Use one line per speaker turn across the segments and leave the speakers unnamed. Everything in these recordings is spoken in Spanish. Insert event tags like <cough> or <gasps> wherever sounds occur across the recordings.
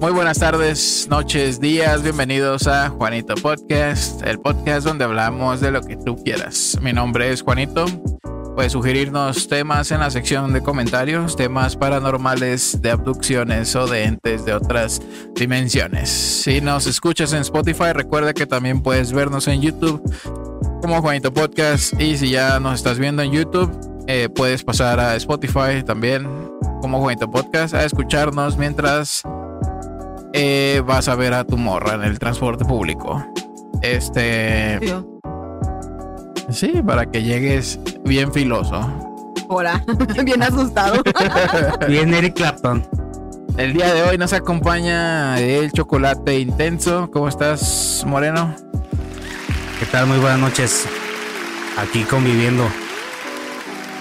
Muy buenas tardes, noches, días, bienvenidos a Juanito Podcast, el podcast donde hablamos de lo que tú quieras. Mi nombre es Juanito. Puedes sugerirnos temas en la sección de comentarios, temas paranormales, de abducciones o de entes de otras dimensiones. Si nos escuchas en Spotify, recuerda que también puedes vernos en YouTube como Juanito Podcast. Y si ya nos estás viendo en YouTube, eh, puedes pasar a Spotify también como Juanito Podcast a escucharnos mientras eh, vas a ver a tu morra en el transporte público. Este,
Obvio.
sí, para que llegues bien filoso.
Hola, <laughs> bien <laughs> asustado.
Bien Eric Clapton.
El día de hoy nos acompaña el chocolate intenso. ¿Cómo estás, Moreno?
¿Qué tal? Muy buenas noches. Aquí conviviendo.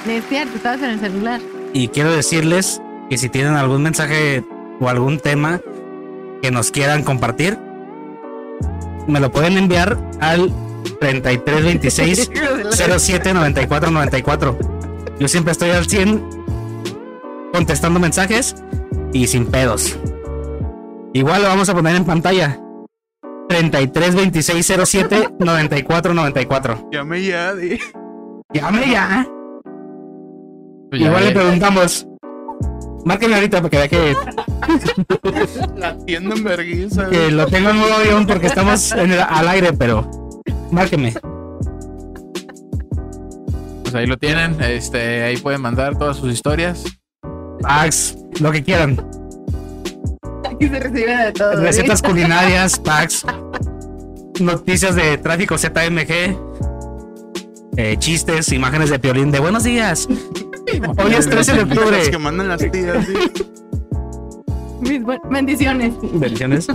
Despierta, estabas en el celular.
Y quiero decirles que si tienen algún mensaje o algún tema que nos quieran compartir, me lo pueden enviar al
<laughs>
3326 079494. Yo siempre estoy al 100 contestando mensajes y sin pedos. Igual lo vamos a poner en pantalla. 3326079494.
Ya me ya,
Llame ya.
Pues
Igual le preguntamos. Márquenme ahorita para que vea que,
La tienda en vergüenza.
que lo tengo en modo avión porque estamos en el- al aire, pero márquenme.
Pues ahí lo tienen. Este, ahí pueden mandar todas sus historias.
Packs, lo que quieran.
Aquí se recibe de todo. ¿eh?
Recetas culinarias, packs, noticias de tráfico ZMG, eh, chistes, imágenes de piolín de buenos días. Hoy es 13 de
Las que
octubre.
mandan las tías. ¿sí?
¿eh? Mis buen- bendiciones.
Bendiciones.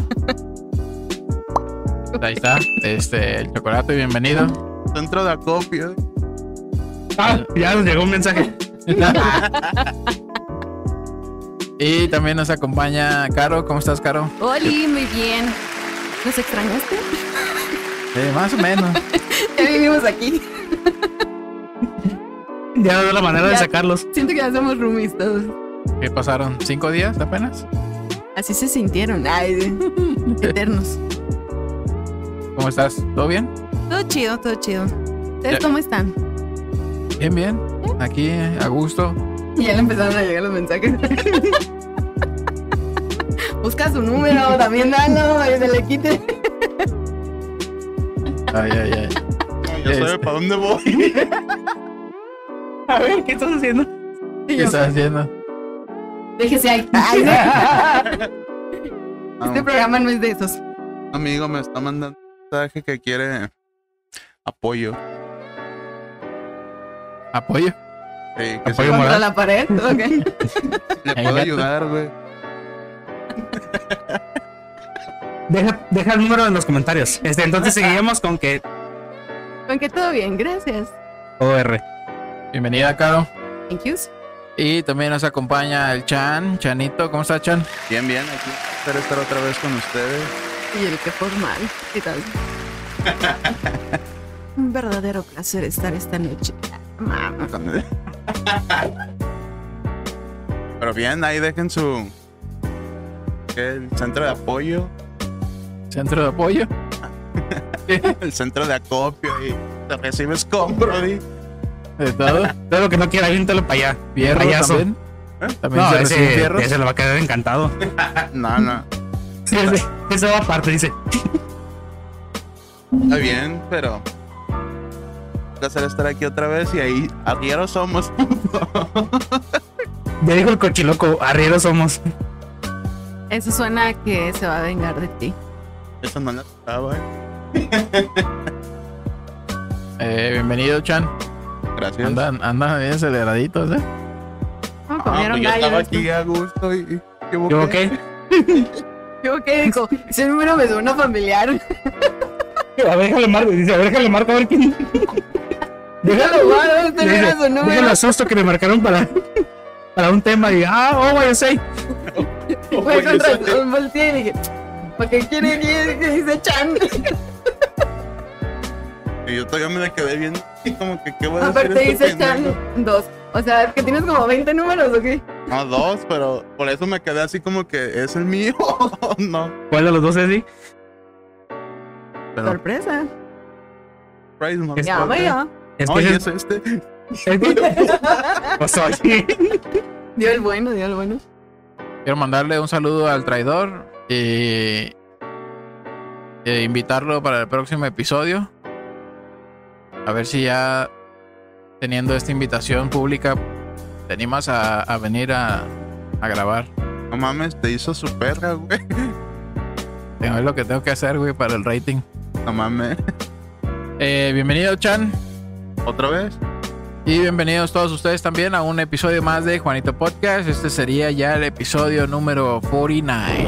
Ahí está. Este, el chocolate, bienvenido.
Centro de acopio. ¿eh?
Ah, ya nos llegó un mensaje.
Y también nos acompaña Caro. ¿Cómo estás, Caro?
Oli, muy bien. ¿Nos extrañaste?
Eh, más o menos.
Ya vivimos aquí.
Ya nos dio la manera de
Ya.
sacarlos.
Siento que ya somos roomies todos.
¿Qué pasaron? ¿Cinco días apenas?
Así se sintieron. Ay, de- <laughs> eternos.
¿Cómo estás? ¿Todo bien?
Todo chido, todo chido.
Ya.
¿Ustedes cómo están?
Bien, bien. Aquí, eh, a gusto.
Y ya le empezaron a llegar los mensajes. <laughs> Busca su número, también dalo, para que se le quite.
Ay, ay, ay.
Ay, Ya sabe
Este.
para
<laughs>
dónde voy.
A ver, ¿qué estás haciendo?
Y
¿Qué
yo,
estás haciendo?
Déjese <laughs> ahí. Ay, sí. Este programa no es de esos.
Un Ah, amigo me está mandando un mensaje que quiere apoyo.
¿Apoyo?
Sí, eh, que
Apoyo.
apoyo.
Contra
moral.
la
<laughs>
pared. ok.
le
Ahí
puedo
gato.
ayudar, güey.
Deja, deja el número en los comentarios. Este, entonces seguiríamos con que
Aunque todo bien, gracias.
OR.
Bienvenida, Caro.
Thank yous.
Y también nos acompaña el Chan, Chanito. ¿Cómo estás, Chan?
Bien, bien. Aquí espero estar otra vez con ustedes.
Y el que formal. ¿Qué
<laughs>
tal? Un verdadero placer estar esta noche. Mamá.
<laughs>
Pero bien, ahí dejen su. ¿qué? El centro de apoyo.
¿Centro de apoyo?
El centro de acopio. Y te recibes compro, di.
¿De <laughs> todo?
Todo lo que no quiera, aviéntalo para allá.
¿Fierro
Payaso.
también? ¿También
No,
se recibe
ese,
fierro?
ese lo va a quedar encantado.
Ah, No, no.
Sí, ese, ese va aparte, dice.
Está bien, pero. Un placer estar aquí otra vez y ahí arrieros somos. <laughs>
Ya dijo el cochiloco, arrieros somos.
Eso suena a que se va a vengar de ti.
Eso no la tocaba.
Eh, bienvenido, Chan.
Gracias.
Andan, andan bien aceleraditos, ¿eh?
No,
Ah,
comieron
pues yo
gallo.
estaba aquí a gusto y- y ¿qué hubo
Yo,
<laughs> qué?
¿qué?
Yo qué digo, ese número me suena familiar.
A ver, déjale marco. Dice, a ver, déjale marco, a <laughs> ver quién.
<laughs> Déjalo, guarda, este no era su número.
Déjale asusto que me marcaron para, <laughs> para un tema. Y, ah, oh, bueno, sé.
<laughs>
Fue contra volteé y dije, ¿para qué quiere que que dice Chan?
Y yo todavía me la quedé viendo y como que qué voy a decir
Aparte
este
dice
pendejo?
Chan dos. O sea, es que tienes como 20 números, ¿o qué?
No, dos, pero por eso me quedé así como que es el mío. <laughs> no.
¿Cuál de los dos es así?
Pero
Sorpresa.
Price no.
Es-
Ya, vaya.
Es
No,
que
y
es-
es este.
es que- Pues, oye.
Dio el bueno, dio el bueno.
Quiero mandarle un saludo al traidor y, e invitarlo para el próximo episodio. A ver si ya teniendo esta invitación pública te animas a, a venir a, a grabar.
No mames, te hizo su perra, güey.
Tengo- Es lo que tengo que hacer, güey, para el rating.
No mames. <laughs>
Eh, bienvenido, Chan.
¿Otra vez?
Y bienvenidos todos ustedes también a un episodio más de Juanito Podcast. Este sería ya el episodio número 49.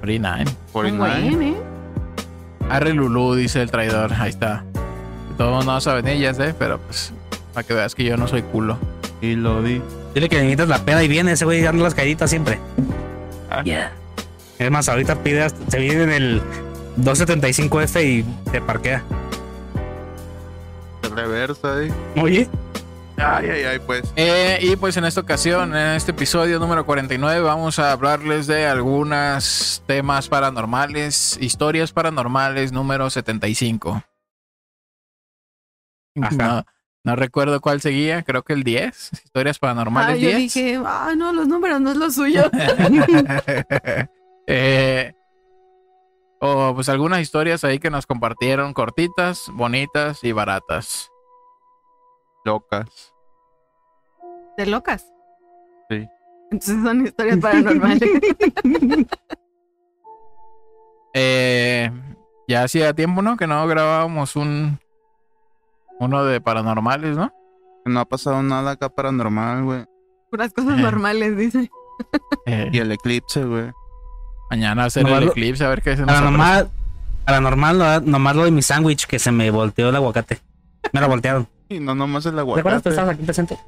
49.
Un
49.
buen, ¿eh?
Arre Lulú, dice el traidor. Ahí está. Todos no saben venir, ya sé, pero pues para que veas que yo no soy culo.
Y lo di.
Dile que necesitas la peda y viene ese güey dando las caíditas siempre.
Ah.
Yeah. Es más, ahorita pide, hasta- se viene en el 275F y te parquea.
De reversa, ahí.
Oye,
Ay, ay, ay, pues.
Eh, y pues en esta ocasión, en este episodio número 49, vamos a hablarles de algunos temas paranormales, historias paranormales número 75.
Ajá.
No, no recuerdo cuál seguía, creo que el 10, historias
Ah,
paranormales
yo
10. <laughs>
dije, ah, no, los números no es lo
<laughs>
suyo.
Eh, o pues algunas historias ahí que nos compartieron, cortitas, bonitas y baratas.
Locas.
De locas.
Entonces son historias
<laughs>
paranormales.
Eh, ya hacía tiempo, ¿no? Que no grabábamos un uno de paranormales,
<laughs>
¿no?
No ha pasado nada acá paranormal, güey.
Puras cosas normales, dice.
Eh,
Y el eclipse, güey.
mañana hacer
Nomás
el
lo-
eclipse a ver qué se nos aparece.
paranormal, paranormal, la- nomás lo de mi sándwich que se me volteó el aguacate. Me lo voltearon.
Y no nomás el
¿Te acuerdas que
aguacate.
estabas aquí presente?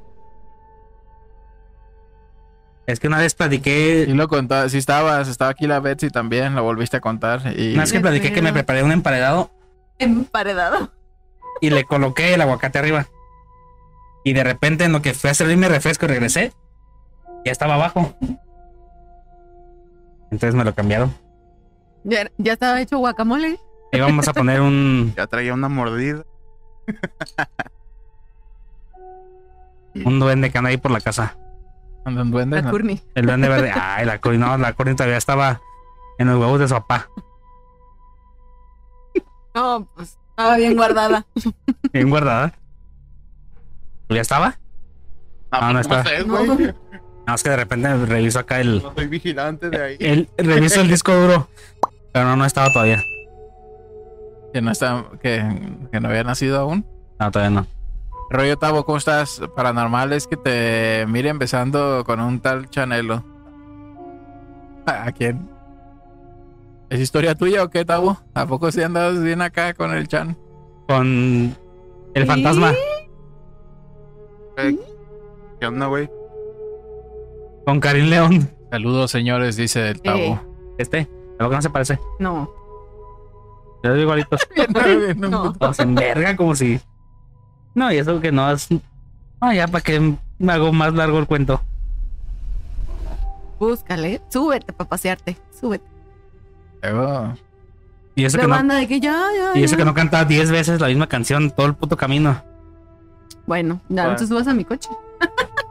Es que una vez platiqué
Sí lo contaba, sí estabas, estaba aquí la Betsy también, lo volviste a contar y <laughs>
Una vez que
Me
platiqué que me
acuerdo.
preparé un emparedado
Emparedado.
y le coloqué el aguacate arriba. Y de repente en lo que fui a servirme refresco y regresé, ya estaba abajo. Entonces me lo cambiaron.
Ya, ya estaba hecho guacamole.
Ahí vamos a poner un,
Ya traía una mordida.
un duende que anda ahí por la casa.
anda un duende,
La
¿no?
Courtney.
El duende verde. Ay, la Cory, no, la Cory todavía estaba en los huevos de su papá.
No, pues estaba bien guardada.
Bien guardada. ¿Ya estaba? Ah, no
pues,
está.
no sé,
No.
güey.
Nada más que de repente reviso acá el,
No soy vigilante
<laughs>
de ahí.
el. Reviso el disco duro. Pero no, no estaba todavía.
que no está, que, que no había nacido aún.
No, todavía no.
Rollo Tavo, ¿cómo estás? Paranormal es que te mire empezando con un tal Chanelo. <laughs> ¿A a quién? ¿Es historia tuya o qué, Tavo? ¿A poco si andas bien acá con el Chan?
Con el fantasma.
¿Qué onda, güey?
Con Karim León.
Saludos, señores, dice el <laughs>
Eh.
Tavo.
Este, algo que no se parece.
No.
Los igualitos.
No.
<laughs> Todos en verga, como si. No, y eso que no es. No, ya para que me hago más largo el cuento.
Búscale. Súbete para pasearte. Súbete.
Luego,
Y eso,
La
que no,
banda de que ya, ya.
y eso
ya.
que no canta 10 veces la misma canción todo el puto camino.
Bueno, ya no te subas a mi coche.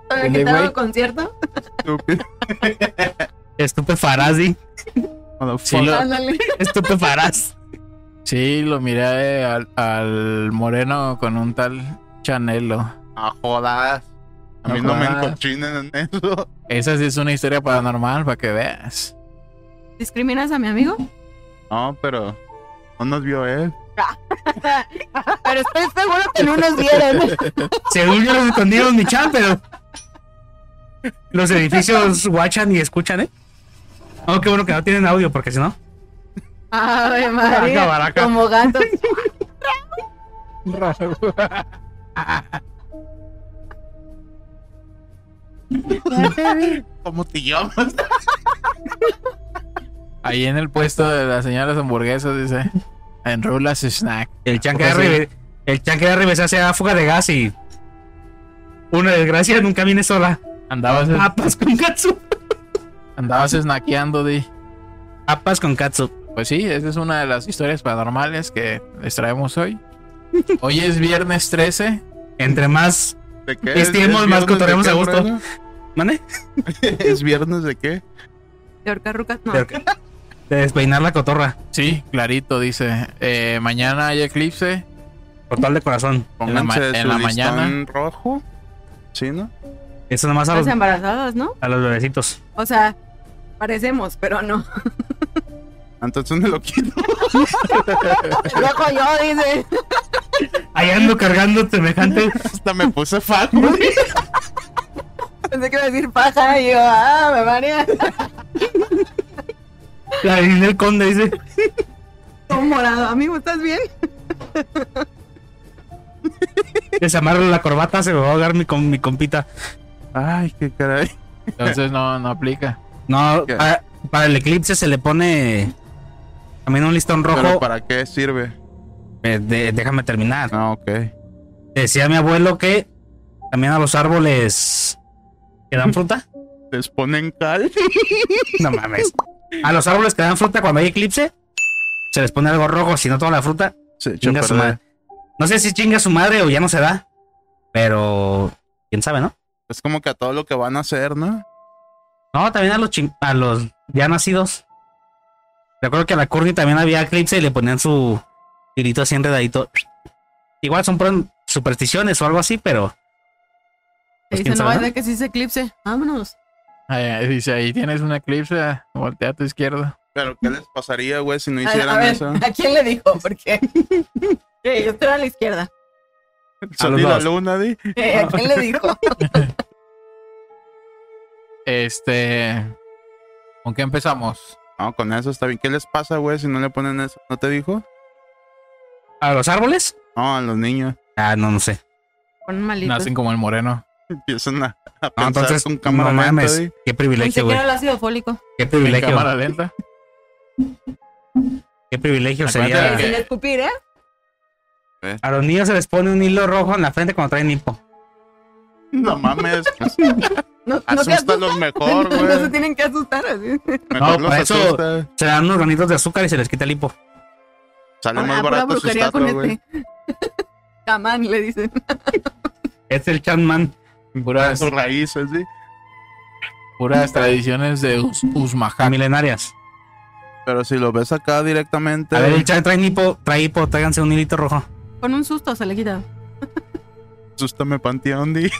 ¿Sabes
El
que
de
te hago
güey.
concierto?
Estúpido.
Estupe Farazi.
Sí lo,
Ándale.
Estupe Faraz.
sí, lo miré al, al moreno con un tal Chanelo.
A jodas. A mí
No
no, me
jodas.
encochinen en eso.
Esa sí es una historia paranormal, para que veas.
¿Discriminas a mi amigo?
No, pero no nos vio él.
Pero estoy seguro que no nos vieron.
Según yo los escondieron, mi chan, pero. Los edificios guachan y escuchan, ¿eh? Oh, qué bueno que no tienen audio, porque si no.
Ave María.
Baraca, baraca.
Como gato.
¿Cómo te llamas?
Ahí en el puesto de las señoras hamburguesas, dice. Enrulas snack.
El chan que
Pues
da
sí.
reve- el chan que da revés hacia fuga de gas y. Una desgracia nunca viene sola.
Andabas,
Ah.
Papas con katsu.
andabas snackeando, Di.
Papas con katsu.
Pues sí, esa es una de las historias paranormales que les traemos hoy. Hoy es viernes 13.
Entre más.
¿De qué?
Vestimos más,
viernes de
cotorreamos
qué,
a gusto.
Brenda?
¿Mane?
¿Es viernes de qué?
De orca rucas,
Ah.
no.
De, de despeinar la cotorra.
Sí, clarito, dice. Eh, mañana hay eclipse.
Total de corazón.
la ma-
Pónganse
en
su
la
listón
mañana.
rojo. ¿Sí, no?
Eso nomás a
Las
Pues
los,
embarazadas, ¿no?
a los bebecitos.
O sea, parecemos, pero no.
Entonces me lo quito. <laughs>
Loco yo, dice.
Ahí ando cargando semejante.
Hasta me puse fat, güey.
<laughs> Pensé que iba a decir paja y yo, ah, me marea.
La del conde dice.
Todo morado. Amigo, ¿estás bien?
Pues, Desamarro la corbata, se me va a ahogar mi, com- mi compita.
Ay, qué caray.
Entonces no, no aplica.
No,
¿Qué?
para, para el eclipse se le pone. También un listón rojo.
¿Pero para qué sirve?
Eh, de- déjame terminar.
Ah, ok.
Decía mi abuelo que también a los árboles que dan fruta.
¿Les ponen cal? <laughs>
No mames. A los árboles que dan fruta cuando hay eclipse, se les pone algo rojo, si no toda la fruta.
Se echó
Chinga
a
su
perder.
madre. No sé si chinga su madre o ya no se da. Pero quién sabe, ¿no?
Es como que a todo lo que van a hacer, ¿no?
No, también a los chin- a los ya nacidos. Recuerdo que a la Courtney también había eclipse y le ponían su hilito así enredadito. Igual son puras supersticiones o algo así, pero Pues,
Te
¿quién
dice, no,
sabe, no?
vaya que sí se eclipse. Vámonos.
Eh, dice, ahí tienes un eclipse, voltea a tu izquierda.
Pero ¿qué les pasaría, güey, si no
A, a
hicieran
ver, <laughs>
eso?
¿a quién le dijo? Porque <laughs> Sí, yo estoy a la izquierda.
El sol y la
dos.
luna, di.
Eh, ¿A quién le dijo?
Este... ¿Con qué empezamos?
No, con eso está bien. ¿Qué les pasa, güey, si no le ponen eso? ¿No te dijo?
a los árboles.
No, a los niños. <laughs>
Ah, no, no sé.
Con malito.
Nacen como el moreno.
Empiezan a, a
No,
pensar
entonces,
con
no
cámara lenta,
mames.
di.
Qué
Ni
privilegio, güey.
siquiera el ácido fólico.
Qué
En
privilegio.
cámara lenta.
Qué privilegio sería.
Acuérdate
Sin
que-
escupir, ¿eh?
A los niños se les pone un hilo rojo en la frente cuando traen hipo.
No mames.
<laughs>
pues,
No, no te asustes.
asústalos mejor,
<laughs> No, no se
güey.
tienen que asustar así.
No,
Mejor los
para eso-
asusta.
Se le dan unos granitos de azúcar y se les quita el hipo.
<laughs>
Sale
Ah,
más
pura
barato su
brujería con
estatua, güey.
este. <laughs> Camán, le dicen.
Es el Chanman.
este.
Puras,
Sus raíces, sí.
puras tradiciones de Us Usmajá.
Milenarias.
Pero si lo ves acá directamente.
A ver, el Chan trae hipo, trae hipo, tráiganse un hilito rojo.
Con un susto se le quita.
Asústame, panteón, di.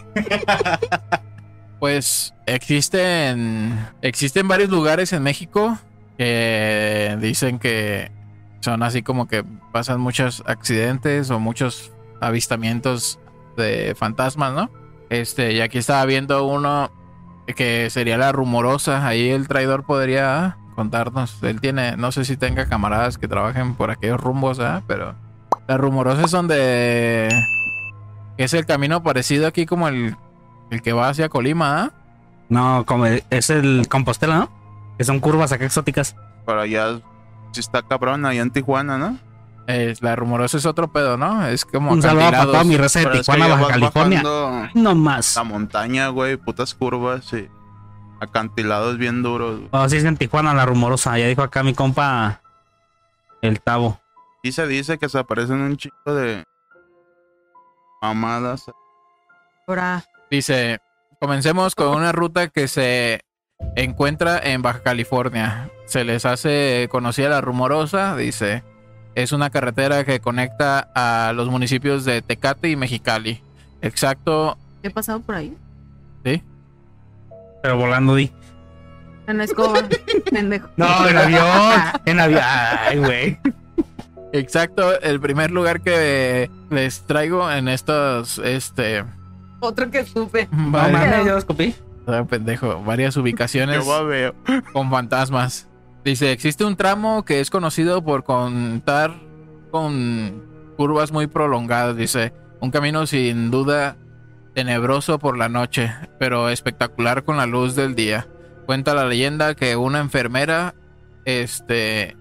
Pues existen, existen varios lugares en México que dicen que son así como que pasan muchos accidentes o muchos avistamientos de fantasmas, ¿no? Este, y aquí estaba viendo uno que sería la rumorosa. Ahí el traidor podría contarnos. Él tiene, no sé si tenga camaradas que trabajen por aquellos rumbos, ¿ah? Pero la rumorosa es donde es el camino parecido aquí como el el que va hacia Colima, ¿ah?
No, como el- es el Compostela, ¿no? Que son curvas acá exóticas.
Pero allá sí está cabrón, allá en Tijuana, ¿no?
Es- la rumorosa es otro pedo, ¿no? Es como
un saludo para
acantilados.
toda mi raza de
Pero es que
Tijuana,
ya
Baja
vas
California.
bajando
No más.
La montaña, güey, putas curvas y acantilados bien duros.
No, sí es en Tijuana, la rumorosa. Ya dijo acá mi compa el Tabo.
Y se dice que se aparecen un chico de mamadas.
Ahora,
Dice, comencemos con una ruta que se encuentra en Baja California. Se les hace conocida la rumorosa, dice. Es una carretera que conecta a los municipios de Tecate y Mexicali. Exacto,
¿qué he pasado por ahí?
Pero volando di.
En la <laughs> escoba. Pendejo.
<laughs>
No, en avión. En avión. Ay, güey.
exacto. El primer lugar que les traigo en estos, este,
Otro que supe.
No
varias,
mames, yo los copié.
Ah, <laughs> pendejo, varias ubicaciones.
Yo babeo.
con fantasmas. Dice, existe un tramo que es conocido por contar con curvas muy prolongadas. Dice, un camino sin duda tenebroso por la noche, pero espectacular con la luz del día. Cuenta la leyenda que una enfermera este,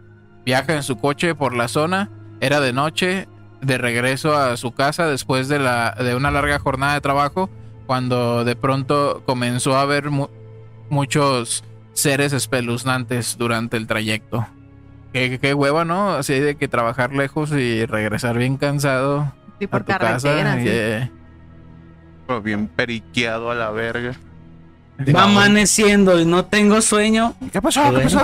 viaja en su coche por la zona, era de noche, de regreso a su casa después de, la, de una larga jornada de trabajo, cuando de pronto comenzó a haber mu- muchos seres espeluznantes durante el trayecto. Qué, qué- qué hueva, ¿no? Así de que trabajar lejos y regresar bien cansado
Sí,
a
por
tu casa.
carretera. sí.
y, eh,
Pero bien periqueado a la verga.
Va amaneciendo y no tengo sueño.
¿Qué pasó?
¿Qué pasó?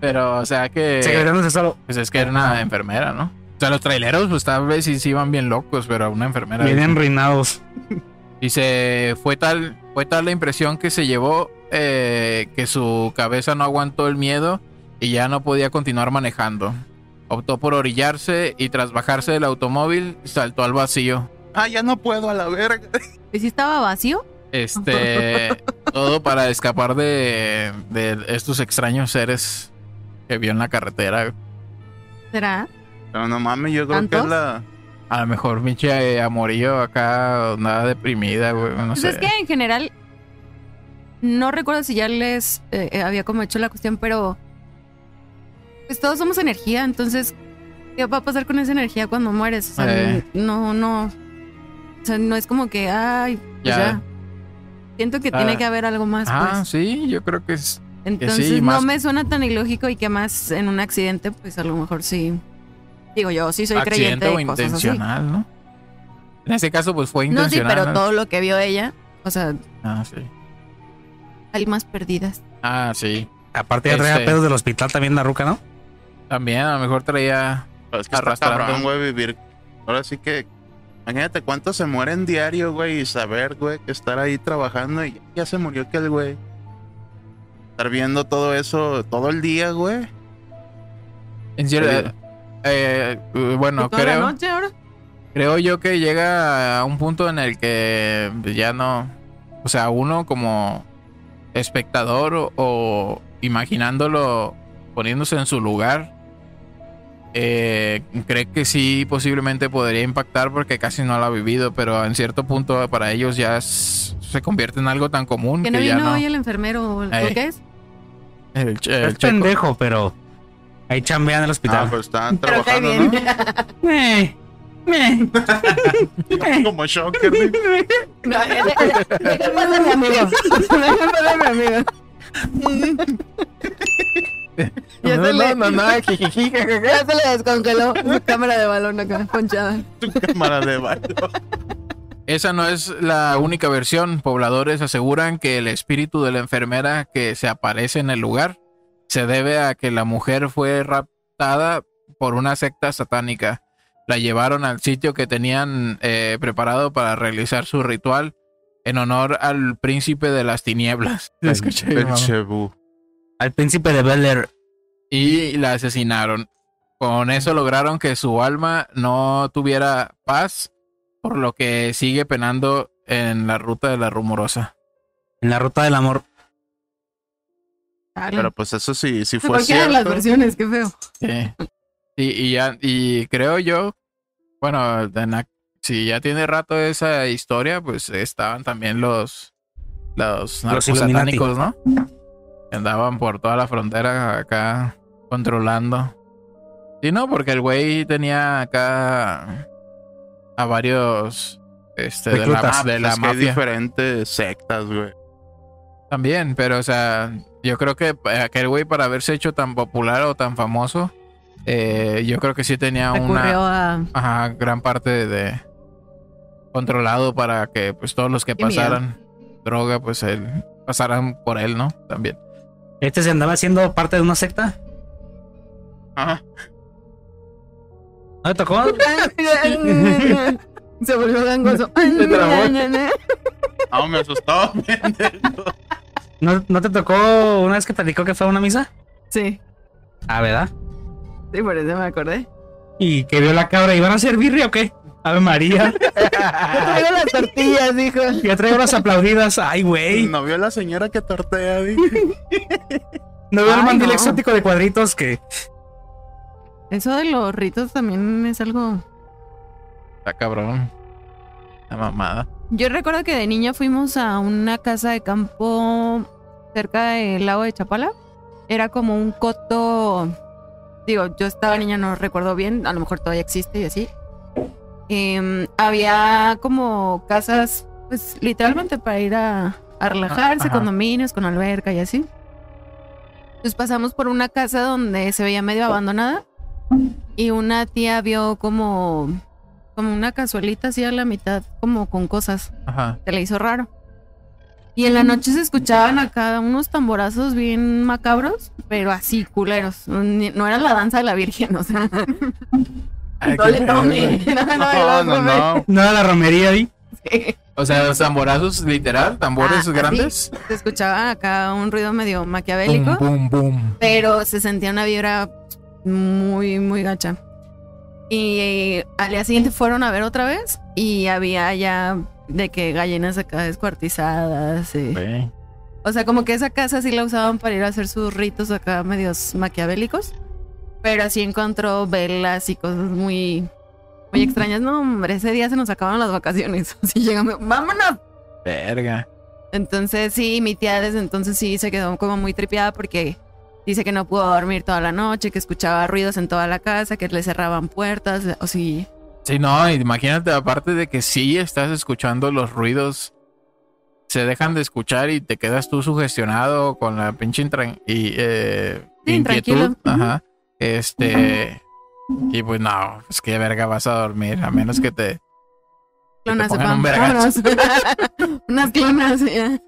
Pero, o sea que...
Secretarios de solo.
Pues es que era una enfermera, ¿no? O sea, los traileros, pues tal vez sí, sí iban bien locos, pero una enfermera.
Vienen reinados.
Y se fue tal, fue tal la impresión que se llevó eh, que su cabeza no aguantó el miedo y ya no podía continuar manejando. Optó por orillarse y tras bajarse del automóvil saltó al vacío.
Ah, ya no puedo a la verga.
¿Y si estaba vacío?
Este,
<laughs>
todo para escapar de, de estos extraños seres que vio en la carretera.
¿Será?
Pero no mames, yo creo que
¿Tantos?
es la.
A lo mejor Miche eh, Amorillo acá nada deprimida, güey, no
Pues
sé.
es que en general, no recuerdo si ya les eh, eh, había como hecho la cuestión, pero pues todos somos energía, entonces, ¿qué va a pasar con esa energía cuando mueres? O sea,
Eh.
no, no, o sea, no es como que, ay, pues
Ya.
ya. Siento que
Ah.
tiene que haber algo más,
Ah,
pues.
sí, yo creo que es.
Entonces
más-
no me suena tan ilógico y que más en un accidente, pues a lo mejor sí. Digo yo, sí soy creyente
accidente o
de cosas así.
intencional, ¿no? En este caso, pues fue
No, sí,
intencional.
pero
¿no?
todo lo que vio ella, o sea,
Ah, sí.
almas perdidas.
Ah, sí.
Aparte ya traía
Este.
pedos del hospital también la ruca, ¿no?
También a lo mejor traía.
Es que está
Arrastrando.
cabrón, güey, vivir. Ahora sí que. Imagínate cuántos se mueren diario, güey, y saber, güey, que estar ahí trabajando y ya se murió aquel güey. Estar viendo todo eso todo el día, güey.
En cierto.
Perdido.
eh, eh, bueno,
¿Toda la
creo,
noche ahora?
creo yo que llega a un punto en el que ya no. O sea, uno como espectador o, o imaginándolo, poniéndose en su lugar, eh, cree que sí posiblemente podría impactar porque casi no lo ha vivido, pero en cierto punto para ellos ya es- se convierte en algo tan común
Que
que,
no
ya
vino
no.
hoy el enfermero, ¿o
Ey.
qué es?
El, ch- el
es
checo.
pendejo, pero ahí chambea en el
Ah,
hospital.
pero estaban
Pero cae
trabajando,
bien.
¿no?
Eh, eh, <laughs>
Como shocker, güey.
No, déjame pasar a mi amigo. Déjame pasar a mi amigo.
Ya
No,
se le-
no, no, no, jijiji, jajaja.
Ya se le <laughs> descongeló su cámara de balón acá, ponchada.
tu <laughs> cámara de baile.
Esa no es la única versión. Pobladores aseguran que el espíritu de la enfermera que se aparece en el lugar se debe a que la mujer fue raptada por una secta satánica. La llevaron al sitio que tenían eh, preparado para realizar su ritual en honor al príncipe de las tinieblas. La escuché, mamá.
Belchebú.
al príncipe de Bel Air.
y la asesinaron. Con eso lograron que su alma no tuviera paz, por lo que sigue penando en la ruta de la rumorosa.
En la ruta del amor.
Pero pues eso sí, si fue
Cualquiera de las
cierto.
versiones, qué feo.
Sí. Y, y ya, y creo yo, bueno, en la- si ya tiene rato esa historia, pues estaban también los los narcos
Illuminati.
satánicos, ¿no? Que Andaban por toda la frontera acá controlando. Sí, no, porque el güey tenía acá a varios este de la,
Reclutas.
de la
Ah, pues, es que hay
mafia
diferentes sectas, güey.
también, pero o sea, yo creo que eh, aquel güey para haberse hecho tan popular o tan famoso, eh, yo creo que sí tenía una,
Recurrió a.
Ajá, gran parte de, de- controlado para que pues todos los que
Qué miedo.
pasaran droga, pues él pasaran por él, ¿no? También.
Este se andaba haciendo parte de una secta.
Ah,
¿No te tocó?
Se volvió gangoso.
ah, me <laughs> asustaba. pendejo.
¿No, no te tocó una vez que platicó que fue a una misa?
Sí,
Ah, ¿verdad?
sí, por eso me acordé.
Y que vio la cabra. ¿Iban a hacer birria o qué? Ave María.
Traigo las tortillas, dijo.
Ya traigo las aplaudidas. Ay, güey.
No vio a la señora que tortea, dije.
No veo el
Ay,
mandil
no.
exótico de cuadritos que.
Eso de los ritos también es algo.
Está cabrón. La mamada.
Yo recuerdo que de niña fuimos a una casa de campo cerca del lago de Chapala. Era como un coto. Digo, yo estaba niña, no recuerdo bien. A lo mejor todavía existe y así. Em, había como casas pues, pues literalmente para ir a, a relajarse,
Ajá.
condominios, con alberca y así. Entonces pasamos por una casa donde se veía medio abandonada y una tía vio como, como una cazuelita así a la mitad, como con cosas.
Ajá.
Se le hizo raro. Y en la noche se escuchaban acá unos tamborazos bien macabros, pero así culeros. Ni- No era la danza de la Virgen, o sea.
Ay,
No
qué
le
pedo,
tome.
güey.
<laughs> No, no,
No,
no,
no,
no.
no.
No era la romería ahí.
O sea, los tamborazos, literal, tambores
Ah,
grandes.
Se escuchaba acá un ruido medio maquiavélico.
Boom, boom, boom.
pero se sentía una vibra muy, muy gacha. Y eh, al día siguiente fueron a ver otra vez y había ya de que gallinas acá descuartizadas. eh. O sea, como que esa casa sí la usaban para ir a hacer sus ritos acá medios maquiavélicos. Pero así encontró velas y cosas muy, muy extrañas. No, hombre, ese día se nos acabaron las vacaciones. <laughs> Así llegamos, vámonos.
Verga.
Entonces sí, mi tía desde entonces sí se quedó como muy tripeada porque dice que no pudo dormir toda la noche, que escuchaba ruidos en toda la casa, que le cerraban puertas, o sí.
Sí, no, imagínate, aparte de que sí estás escuchando los ruidos, se dejan de escuchar y te quedas tú sugestionado con la pinche intran- y, eh,
Sí,
inquietud.
intranquilo.
Ajá. Este. Y pues no, es que verga vas a dormir, a menos que te. Que te
Clonas de
pongan un
pan.
vergazo.
Vámonos. <laughs> Unas clonas. ya.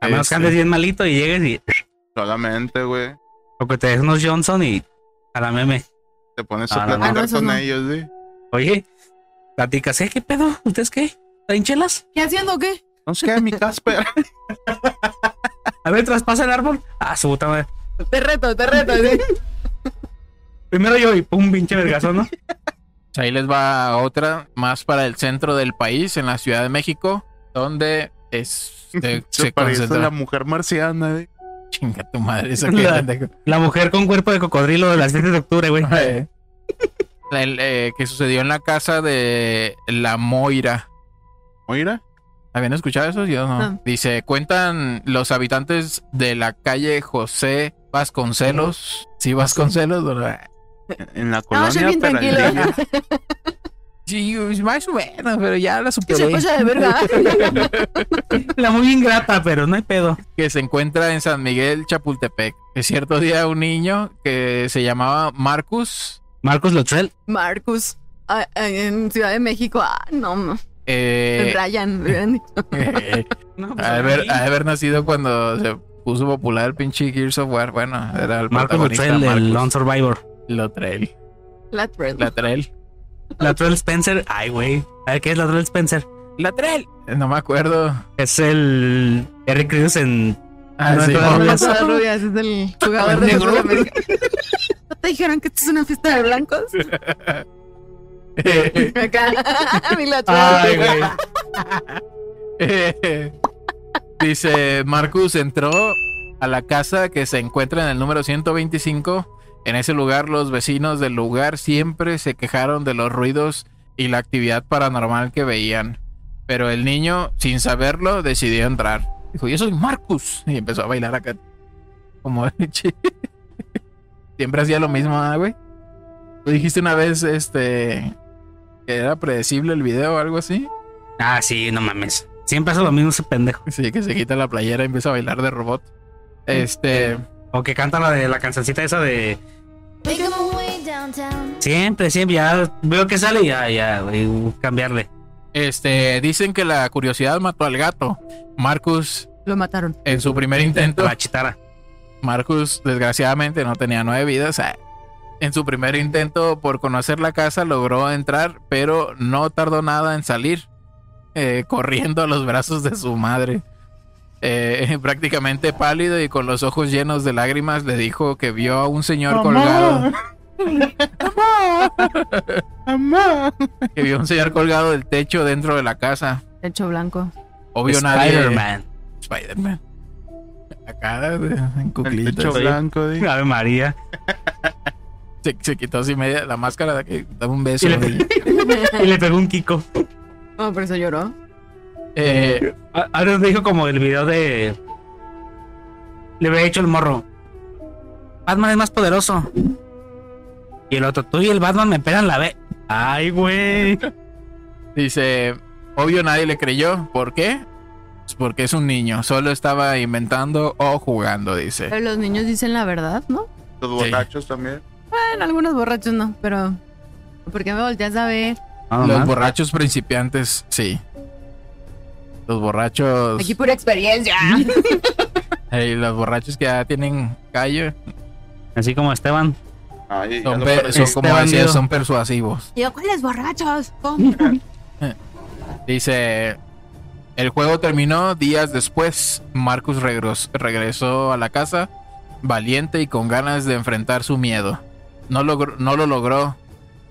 A menos
Este.
que andes bien malito y llegues y.
Solamente, güey.
O que te des unos Johnson y. A la meme.
Te pones
Ah, no,
a platicar
no, eso
con
no.
ellos, güey.
Oye, platicas, ¿eh? ¿Qué pedo? ¿Ustedes qué? ¿Traen chelas?
¿Qué haciendo o qué?
No sé,
<laughs>
mi Casper.
A ver, traspasa el árbol. Ah, su puta madre.
Te reto, te reto. <laughs> sí.
Primero yo y pum, pinche vergazo, ¿no?
Ahí les va otra más para el centro del país, en la Ciudad de México, donde
<laughs>
es, se,
Se
se
parece a
concentra.
la mujer marciana, güey.
Chinga tu madre,
<laughs>
esa
La-
que
La mujer con cuerpo de cocodrilo de las 7 de octubre, güey.
Eh, el, eh, que sucedió en la casa de la Moira.
Moira.
¿Habían escuchado eso? Yo no.
No.
Dice, cuentan los habitantes de la calle José Vasconcelos. Sí, Vasconcelos, ¿verdad?
En la
No, soy
colonia
bien tranquilo.
Peralvillo.
<laughs>
Sí, pues, más o menos, pero ya la
Que se
superé.
pasa de verdad. <laughs>
La muy ingrata, pero no hay pedo.
que se encuentra en San Miguel, Chapultepec. Que cierto día un niño que se llamaba Marcus
Marcos Lotrell.
Marcus. ah, ah, En Ciudad de México, ah, no, no.
eh,
Ryan, hubieran dicho.
<laughs> eh,
No,
ha de haber, ha de haber nacido cuando se puso popular el pinche Gears of War. Bueno, era el
Marcos
protagonista,
Lotrell,
Marcus
el Lone Survivor.
Lotrell.
Latrell.
Latrell.
Latrell Spencer. Ay, güey. A ver, ¿qué es Latrell Spencer?
Latrell. No me acuerdo.
Es el Eric Crews en.
Ah,
No,
sí.
todavía
Las todas rubias es del jugador de
Negro.
fútbol
<laughs>
americano. ¿No te dijeron que esto es una fiesta de blancos? <laughs>
<laughs>
Acá, <laughs> mi Latrell.
Ay, güey. Dice, Marcus entró a la casa que se encuentra en el número 125. En ese lugar los vecinos del lugar siempre se quejaron de los ruidos y la actividad paranormal que veían. Pero el niño, sin saberlo, decidió entrar. Dijo, yo soy Marcus. Y empezó a bailar acá. Como <laughs> chi- siempre hacía lo mismo, ah, güey. Tú dijiste una vez, este, que era predecible el video o algo así.
Ah, sí, no mames. Siempre hace lo mismo ese pendejo.
Sí, que se quita la playera y empieza a bailar de robot. Este,
O que canta la de la cancioncita esa de. Siempre, siempre. Ya veo que sale y ya, ya, güey. uh, Cambiarle.
este, dicen que la curiosidad mató al gato. Marcus,
Lo mataron.
en su primer
A
intento,
La chitara.
Marcus desgraciadamente no tenía nueve vidas. Ah. En su primer intento por conocer la casa logró entrar, pero no tardó nada en salir, eh, corriendo a los brazos de su madre. Eh, <laughs> prácticamente pálido y con los ojos llenos de lágrimas, le dijo que vio a un señor colgado.
Mamá.
que vio un señor colgado del techo dentro de la casa.
Hecho blanco.
<laughs> Obvio nadie.
Spider-Man.
Spider-Man. Acá eh, en
El
cuclillas.
techo blanco, güey.
Ave María.
Se, se quitó así media la máscara de aquí. Dame un beso.
Y le- <laughs>
güey.
Y le pegó un Kiko.
No, por eso lloró.
Eh,
A- Ahora nos dijo como el video de. Le había hecho el morro. Batman es más poderoso.
<laughs>
Y el otro, tú y el Batman me pegan la B. Ay, güey.
dice Obvio nadie le creyó. ¿Por qué? Pues porque es un niño. Solo estaba inventando o jugando, dice.
Pero los niños dicen la verdad, ¿no?
Los borrachos también.
Bueno, algunos borrachos no, pero. ¿Por qué me volteas a ver?
Nada
Los
más.
borrachos principiantes, sí. Los borrachos.
Aquí pura
<laughs>
experiencia.
Ey, los borrachos que ya tienen callo.
Así como
<laughs>
Esteban.
Ay, ya
Son,
lo
per-
perdí.
son, como
Esteban
decía,
Diego.
son persuasivos.
Y yo, ¿cuáles borrachos? ¿Cómo?
Dice. El juego terminó días después. Marcus regros- regresó a la casa, valiente y con ganas de enfrentar su miedo. No, logró- no lo logró.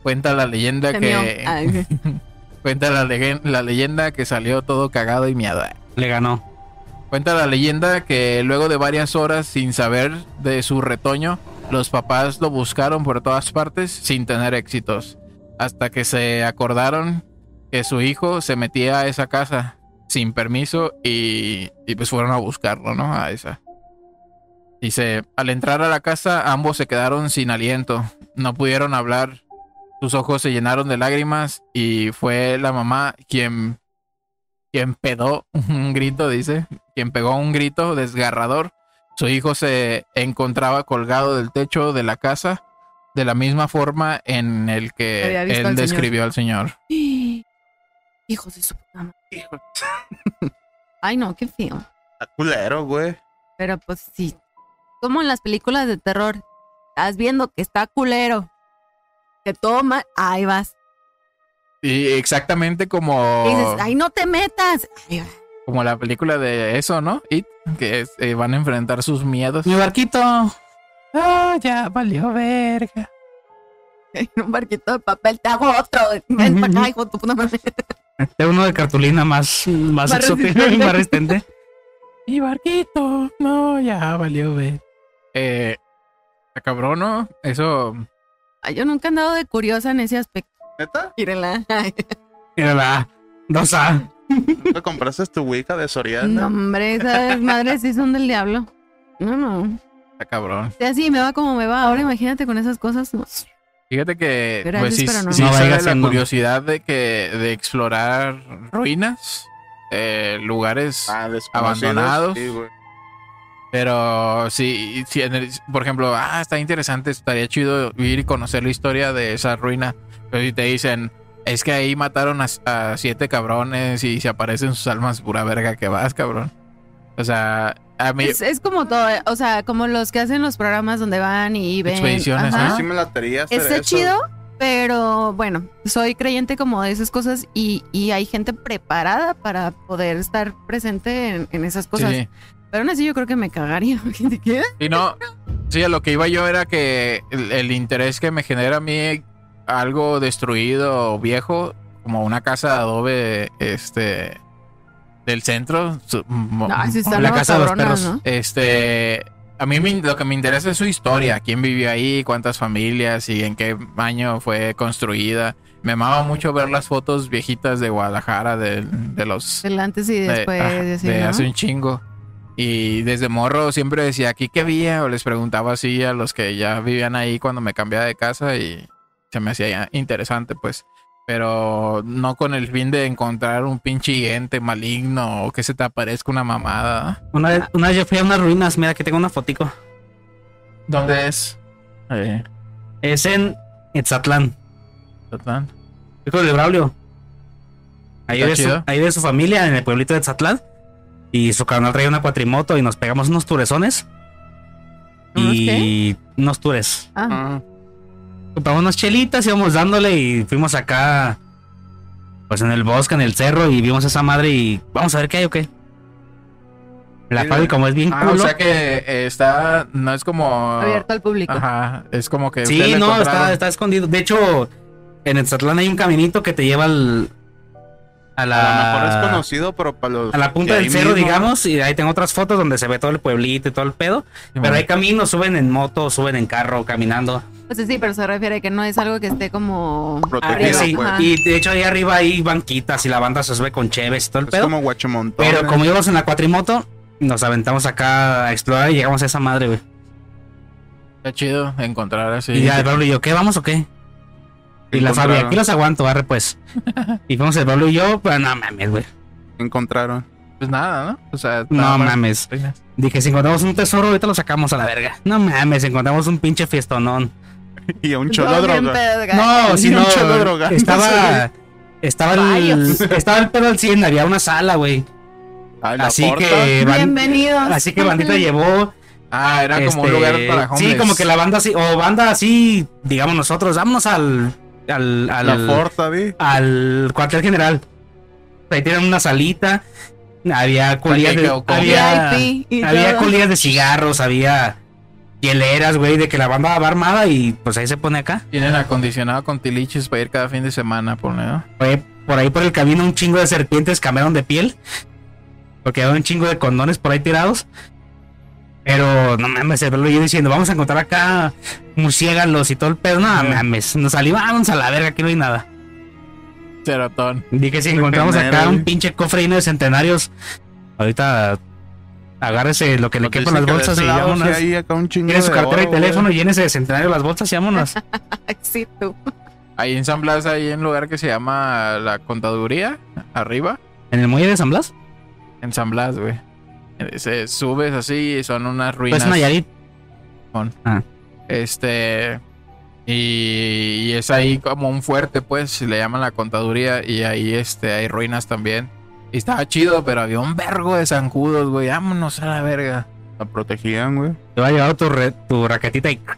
Cuenta la leyenda
Temió.
que.
Ah, ok.
Cuenta la, legen- la leyenda que salió todo cagado y miada.
Le ganó.
Cuenta la leyenda que luego de varias horas sin saber de su retoño, los papás lo buscaron por todas partes sin tener éxitos, hasta que se acordaron que su hijo se metía a esa casa sin permiso y, y pues fueron a buscarlo, ¿no? A esa. Dice, al entrar a la casa ambos se quedaron sin aliento, no pudieron hablar, sus ojos se llenaron de lágrimas y fue la mamá quien, quien pedó un grito, dice, quien pegó un grito desgarrador. Su hijo se encontraba colgado del techo de la casa, de la misma forma en el que
Había visto
él
al señor.
describió al señor.
<gasps> Hijos de su puta madre. Ay, no, qué feo.
Está culero, güey.
Pero pues sí. Como en las películas de terror. Estás viendo que está culero. Que todo mal. Ahí vas.
Y exactamente
Y dices,
como,
ay, no te metas. <laughs> Ahí va.
como la película de eso, ¿no? It, que es, eh, van a enfrentar sus miedos.
Mi barquito.
Ah, ya valió verga.
En un barquito de papel te hago otro. <laughs> Ven para acá, hijo de tu puta madre.
Es uno de cartulina más, más
Más
exótico y
resistente.
más resistente.
<laughs> Mi barquito. No, ya valió verga. Eh, está cabrón, ¿no? Eso.
Ay, yo nunca he andado de curiosa en ese aspecto.
¿Neta?
Mírenla.
Mira la 2A.
¿Nunca compraste tu Wicca de
No,
Soriana?
hombre, esas madres sí son del diablo. No, no.
Está cabrón.
Si así me va como me va. Ahora imagínate con esas cosas. no.
Fíjate que
Pero
pues,
antes,
sí,
pero no.
sí
No
sale
vaya
la
siendo.
curiosidad de que de explorar ruinas, eh, lugares
Ah, desconocidos.
Abandonados.
Sí, güey.
Pero sí, sí, en el- por ejemplo, ah, está interesante, estaría chido ir y conocer la historia de esa ruina. Pero si te dicen, es que ahí mataron a, a siete cabrones y se aparecen sus almas, pura verga que vas, cabrón. O sea, a mí,
Es, es como todo, eh, o sea, como los que hacen los programas donde van y ven.
Expediciones,
ajá.
¿no?
Sí me latería hacer
Está
eso.
Ah. chido, pero bueno, soy creyente como de esas cosas y, y hay gente preparada para poder estar presente en, en esas cosas.
sí.
Pero aún así yo creo que me cagaría. <laughs> ¿De qué?
Y no, sí, a lo que iba yo era que el, el interés que me genera a mí algo destruido o viejo, como una casa de adobe, este, del centro, su- mo-
No, Ah, sí están
la
luego
casa de los
cabronas,
perros.
¿no?
este, a mí me- lo que me interesa es su historia, quién vivió ahí, cuántas familias y en qué año fue construida. Me amaba mucho ver las fotos viejitas de Guadalajara, de, de los
El antes y
de-
después.
ajá,
y así,
de
¿no?
hace un chingo. Y desde morro siempre decía aquí que había, o les preguntaba así a los que ya vivían ahí cuando me cambiaba de casa y se me hacía ya interesante, pues. Pero no con el fin de encontrar un pinche ente maligno o que se te aparezca una mamada.
Una vez, una vez yo fui a unas ruinas. Mira, que tengo una fotico.
¿Dónde es? Eh,
Es en Etzatlán.
Zatlán.
Hijo de Braulio. Ahí
Está
de, su,
chido.
ahí de su familia, en el pueblito de Etzatlán. Y su canal traía una cuatrimoto y nos pegamos unos turezones.
¿Unos
Y unos tures.
Ah,
Ah,
compramos unas chelitas, íbamos dándole y fuimos acá, pues en el bosque, en el cerro, y vimos a esa madre y vamos a ver qué hay o qué. La
Sí,
Fabi,
la-
como es bien
Ah,
culo,
o sea que eh, está, no es como...
Ah,
abierto al público.
Ajá, es como que...
sí,
ustedes lo
no, está,
encontraron.
está escondido. De hecho, en Etzatlán hay un caminito que te lleva al, a
A lo mejor es
Ah, la,
conocido, pero para los.
a la punta
de
del
ahí
cerro,
mismo.
digamos, y ahí tengo otras fotos donde se ve todo el pueblito y todo el pedo. Pero hay caminos, suben en moto, suben en carro, caminando.
Pues sí, pero se refiere que no es algo que esté como
Protegido,
arriba,
Sí,
pues.
ajá.
y de hecho ahí arriba hay banquitas y la banda se sube con cheves y todo el
Es
pedo.
como ¿eh? Guachamontón.
Pero como íbamos en la cuatrimoto, nos aventamos acá a explorar y llegamos a esa madre, güey.
Está chido encontrar así. Pues
Y ya el Pablo y yo, ¿qué? ¿Vamos o qué? Y la Fabi,
Encontraron.
aquí los aguanto, arre pues. Y fuimos el Pablo y yo, pero no mames, güey.
Encontraron. <laughs>
Pues nada, ¿no? O sea,
No
nada más.
mames. Dije, si encontramos un tesoro, ahorita lo sacamos a la verga. No mames, encontramos un pinche fiestonón.
Y a un cholo
Todo Pues bien
droga.
pedo, gacho.
No, si
Y un
no.
cholo drogado.
Estaba. Estaba el, estaba el pedo al 100, había una sala, güey.
A la
Así
porta.
que. ban-
Bienvenidos.
así que bandita llevó.
Ah, era como un
este,
lugar para hombres.
Sí, como que la banda así. O banda así, digamos nosotros, vámonos al. Al.
A
al
la porta, vi.
al cuartel general. Ahí tienen una salita. Había colillas
que
de,
quedó con-
había,
VIP y
había
todo.
colillas de cigarros, había hieleras, güey, de que la banda va armada y pues ahí se pone acá.
Tienen acondicionado con tiliches para ir cada fin de semana, por ¿no?
Fue por ahí por el camino un chingo de serpientes cambiaron de piel. Porque había un chingo de condones por ahí tirados. Pero no mames, el verlo yo diciendo, vamos a encontrar acá murciélagos y todo el pedo. No
Ujú.
mames, nos salivamos a la verga, aquí no hay nada.
Cerotón.
Dije, si encontramos
genera,
acá
güey.
un pinche cofre lleno de centenarios, ahorita agárrese lo que le
Nos
quepa en
dice
las
que de
bolsas
este
y
lado sí
vámonos.
hay acá un chingo
Tiene su
de
cartera y
oro, güey.
teléfono, llénese de centenario las bolsas y vámonos.
<laughs> Ay, sí, tú.
Ahí en San Blas hay un lugar que se llama La Contaduría, arriba,
¿En el muelle de San Blas?
en San Blas, güey. Eh, Se subes así y son unas ruinas.
Pues Nayarit.
Este. Y, y es ahí como un fuerte, pues, le llaman la contaduría. Y ahí este, hay ruinas también. Y estaba chido, pero había un vergo de zancudos, güey. Vámonos a la verga.
La protegían, güey.
Te va a llevar tu, re- tu raquetita y
Ah,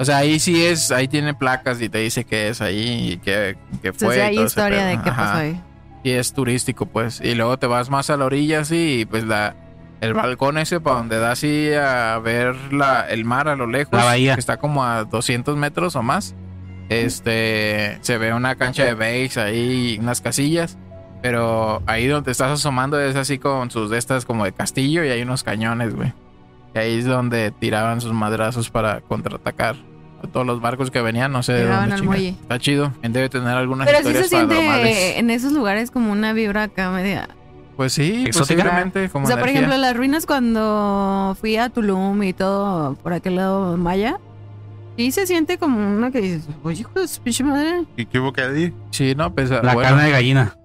O sea, ahí sí es, ahí tiene placas y te dice qué es ahí y qué, qué fue.
Entonces
y
Pues hay
todo ese
historia
pedo.
de qué
Ajá.
pasó ahí.
Y es turístico, pues. Y luego te vas más a la orilla, así, y pues la, el balcón ese para donde da así a ver la, el mar a lo lejos.
La bahía.
Que está como a 200 metros o más. Este, se ve una cancha de base ahí, unas casillas. Pero ahí donde estás asomando es así con sus de estas como de castillo y hay unos cañones, güey. Y ahí es donde tiraban sus madrazos para contraatacar a todos los barcos que venían, no sé de
Llegaban
dónde.
al
chinga.
muelle.
Está chido. Debe tener algunas
Pero sí
historias
se siente
paranormales.
en esos lugares como una vibra acá media.
Pues sí,
¿Exótica?
posiblemente. Como
O sea, por
energía.
ejemplo, las ruinas cuando fui a Tulum y todo por aquel lado maya, sí se siente como una que dices, oye, hijo de su pinche madre.
¿Y qué hubo que di?
Sí, no, pues
la
bueno, <laughs>
carne de gallina.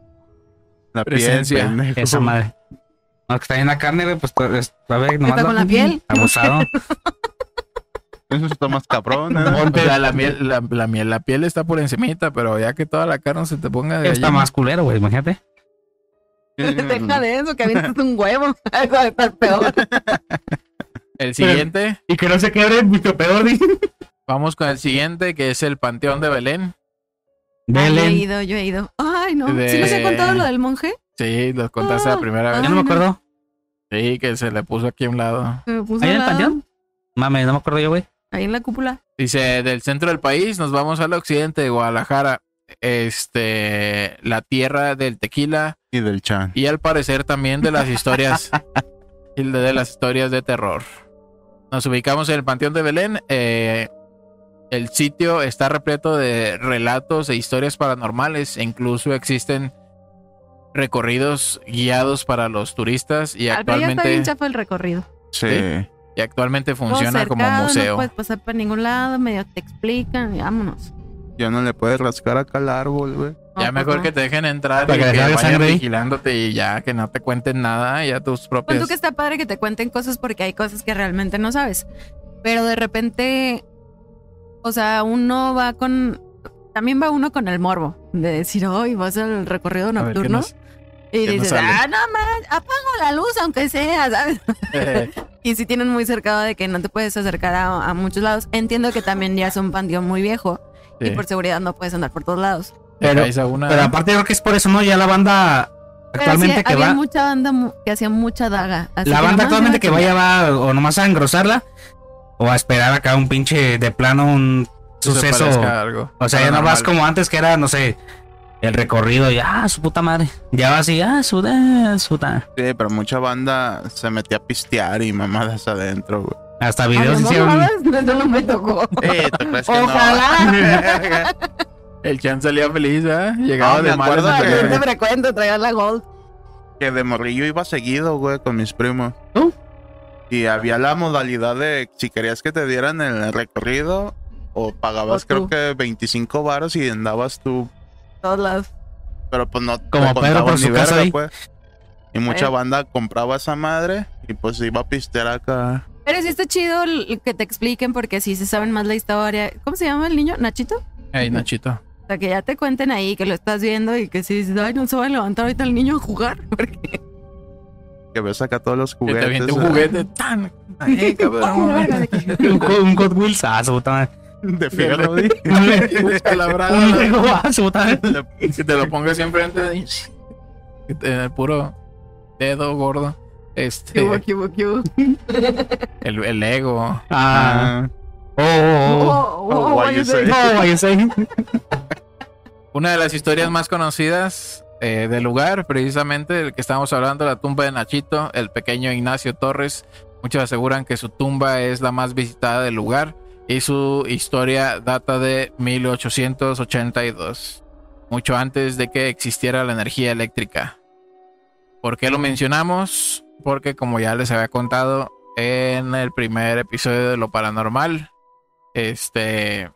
La
Presencia.
piel, pendejo.
Esa madre. No, que está bien la carne, güey, pues es- a ver, nomás.
Está con la piel.
<laughs>
<laughs>
Abusado.
<laughs> Eso está más cabrón, ¿no?
o sea, la miel, la, la miel, la piel está por encimita, pero ya que toda la carne se te ponga de
Está
gallina,
más culero, güey, imagínate.
<laughs>
Mm.
<laughs> Deja de eso, que avientas un huevo. <laughs> Algo de
<laughs>
estar peor.
El siguiente,
Y que no se quebre, mucho peor, dije.
vamos con el siguiente, que es el Panteón de Belén.
Ay, yo he
Belén.
ido, yo he ido. Ay, no.
De-
¿Sí nos ha contado lo del monje?
Sí, lo contaste la
Ah,
primera
Ya
vez.
no me acuerdo.
Sí, que se le puso aquí a un lado.
Que me puso
¿Ahí
al
en el
lado,
panteón? Mames, no me acuerdo yo, güey.
Ahí en la cúpula.
Dice, del centro del país nos vamos al occidente de Guadalajara. Este, la tierra del tequila
Y del chan.
y al parecer también de las
<laughs>
historias y de- de las historias de terror. Nos ubicamos en el Panteón de Belén. eh, el sitio está repleto de relatos e historias paranormales. e Incluso existen recorridos guiados para los turistas y
Al ya está
actualmente,
bien chafa el recorrido.
Sí.
Sí. y actualmente funciona
Todo
como
cercado, No
museo.
puedes pasar para ningún lado, medio te explican, y vámonos.
Ya no le puedes rascar acá al árbol, güey.
ya
No,
mejor
pues no.
que te dejen entrar
Para
y
que
que,
les haga
vayan
sangre ahí.
vigilándote y ya que no te cuenten nada, ya tus
Pon
propias.
tú que está padre que te cuenten cosas porque hay cosas que realmente no sabes. Pero de repente, o sea, uno va con. También va uno con el morbo de decir, hoy vas al recorrido
A ver, ¿qué <laughs>
nocturno.
nos- qué
y
nos
dices,
sale?
ah, no más, apago la luz aunque sea, ¿sabes? Y sí tienen muy cercado de que no te puedes acercar a, a muchos lados. Entiendo que también ya es un panteón muy viejo
Sí.
y por seguridad no puedes andar por todos lados.
Te
Pero-
caes a una-
Pero aparte yo creo que es por eso, ¿no? Ya la banda
Pero sí,
actualmente que
había
va...
mucha banda mu- que hacía mucha daga. así
La
que
banda
nomás
actualmente
iba
que
con-
vaya va o nomás a engrosarla o a esperar acá un pinche de plano un
que se
suceso.
parezca a algo
O sea, ya no vas
paranormal.
como antes que era, no sé, el recorrido y ah, su puta madre. Ya vas y ah, su da, su da.
Sí, pero mucha banda se metía a pistear y mamadas adentro,
<laughs>
güey.
Hasta
A
videos
lo mejor,
hicieron.
¿sabes? Eso no me tocó.
Eh, ¿te crees que
<laughs>
no?
Ojalá.
El Chan salía feliz, ¿eh? Llegaba
Ah, me
de malas
acuerdo
a
que-
Monterrey.
Gente frecuente traía la gold.
Que de morrillo iba seguido, güey, con mis primos.
¿Tú?
Y había la modalidad de si querías que te dieran el recorrido, O pagabas
O
creo
tú.
que 25 varos y andabas tú.
Todos lados.
Pero pues no te
Como Pedro
contaban
por su casa ahí. Eh.
pues. Y mucha
Bueno.
banda compraba esa madre y pues iba a pistear acá.
Pero sí está chido el- que te expliquen porque si se saben más la historia. ¿Cómo se llama el niño? ¿Nachito?
Ey, Nachito.
O sea, que ya te cuenten ahí que lo estás viendo y que si dices, ay, no se va a levantar ahorita el niño a jugar. Porque
Que ves acá todos los
Que
juguetes.
te aviente un
eh,
juguete tan. Ay,
<laughs>
cabrón.
Un, co- un Hot Wheels, ah, su puta <laughs> madre.
De fierro, di.
Un
Descalabrado, ¿no?
Lego, ah, su puta madre.
Y que te lo pongas siempre antes de que te- el puro dedo gordo. Este,
¿Qué hubo, qué hubo, qué hubo?
el, el ego.
<laughs> Ah,
Ah,
oh, oh,
Oh,
oh,
oh,
why
ay,
you
ay,
say-
oh. Oh, yo sé.
Una de las historias más conocidas eh, del lugar, precisamente del que estamos hablando, la tumba de Nachito, el pequeño Ignacio Torres. Muchos aseguran que su tumba es la más visitada del lugar y su historia data de 1882, mucho antes de que existiera la energía eléctrica. ¿Por qué lo mencionamos? Porque como ya les había contado en el primer episodio de Lo Paranormal, este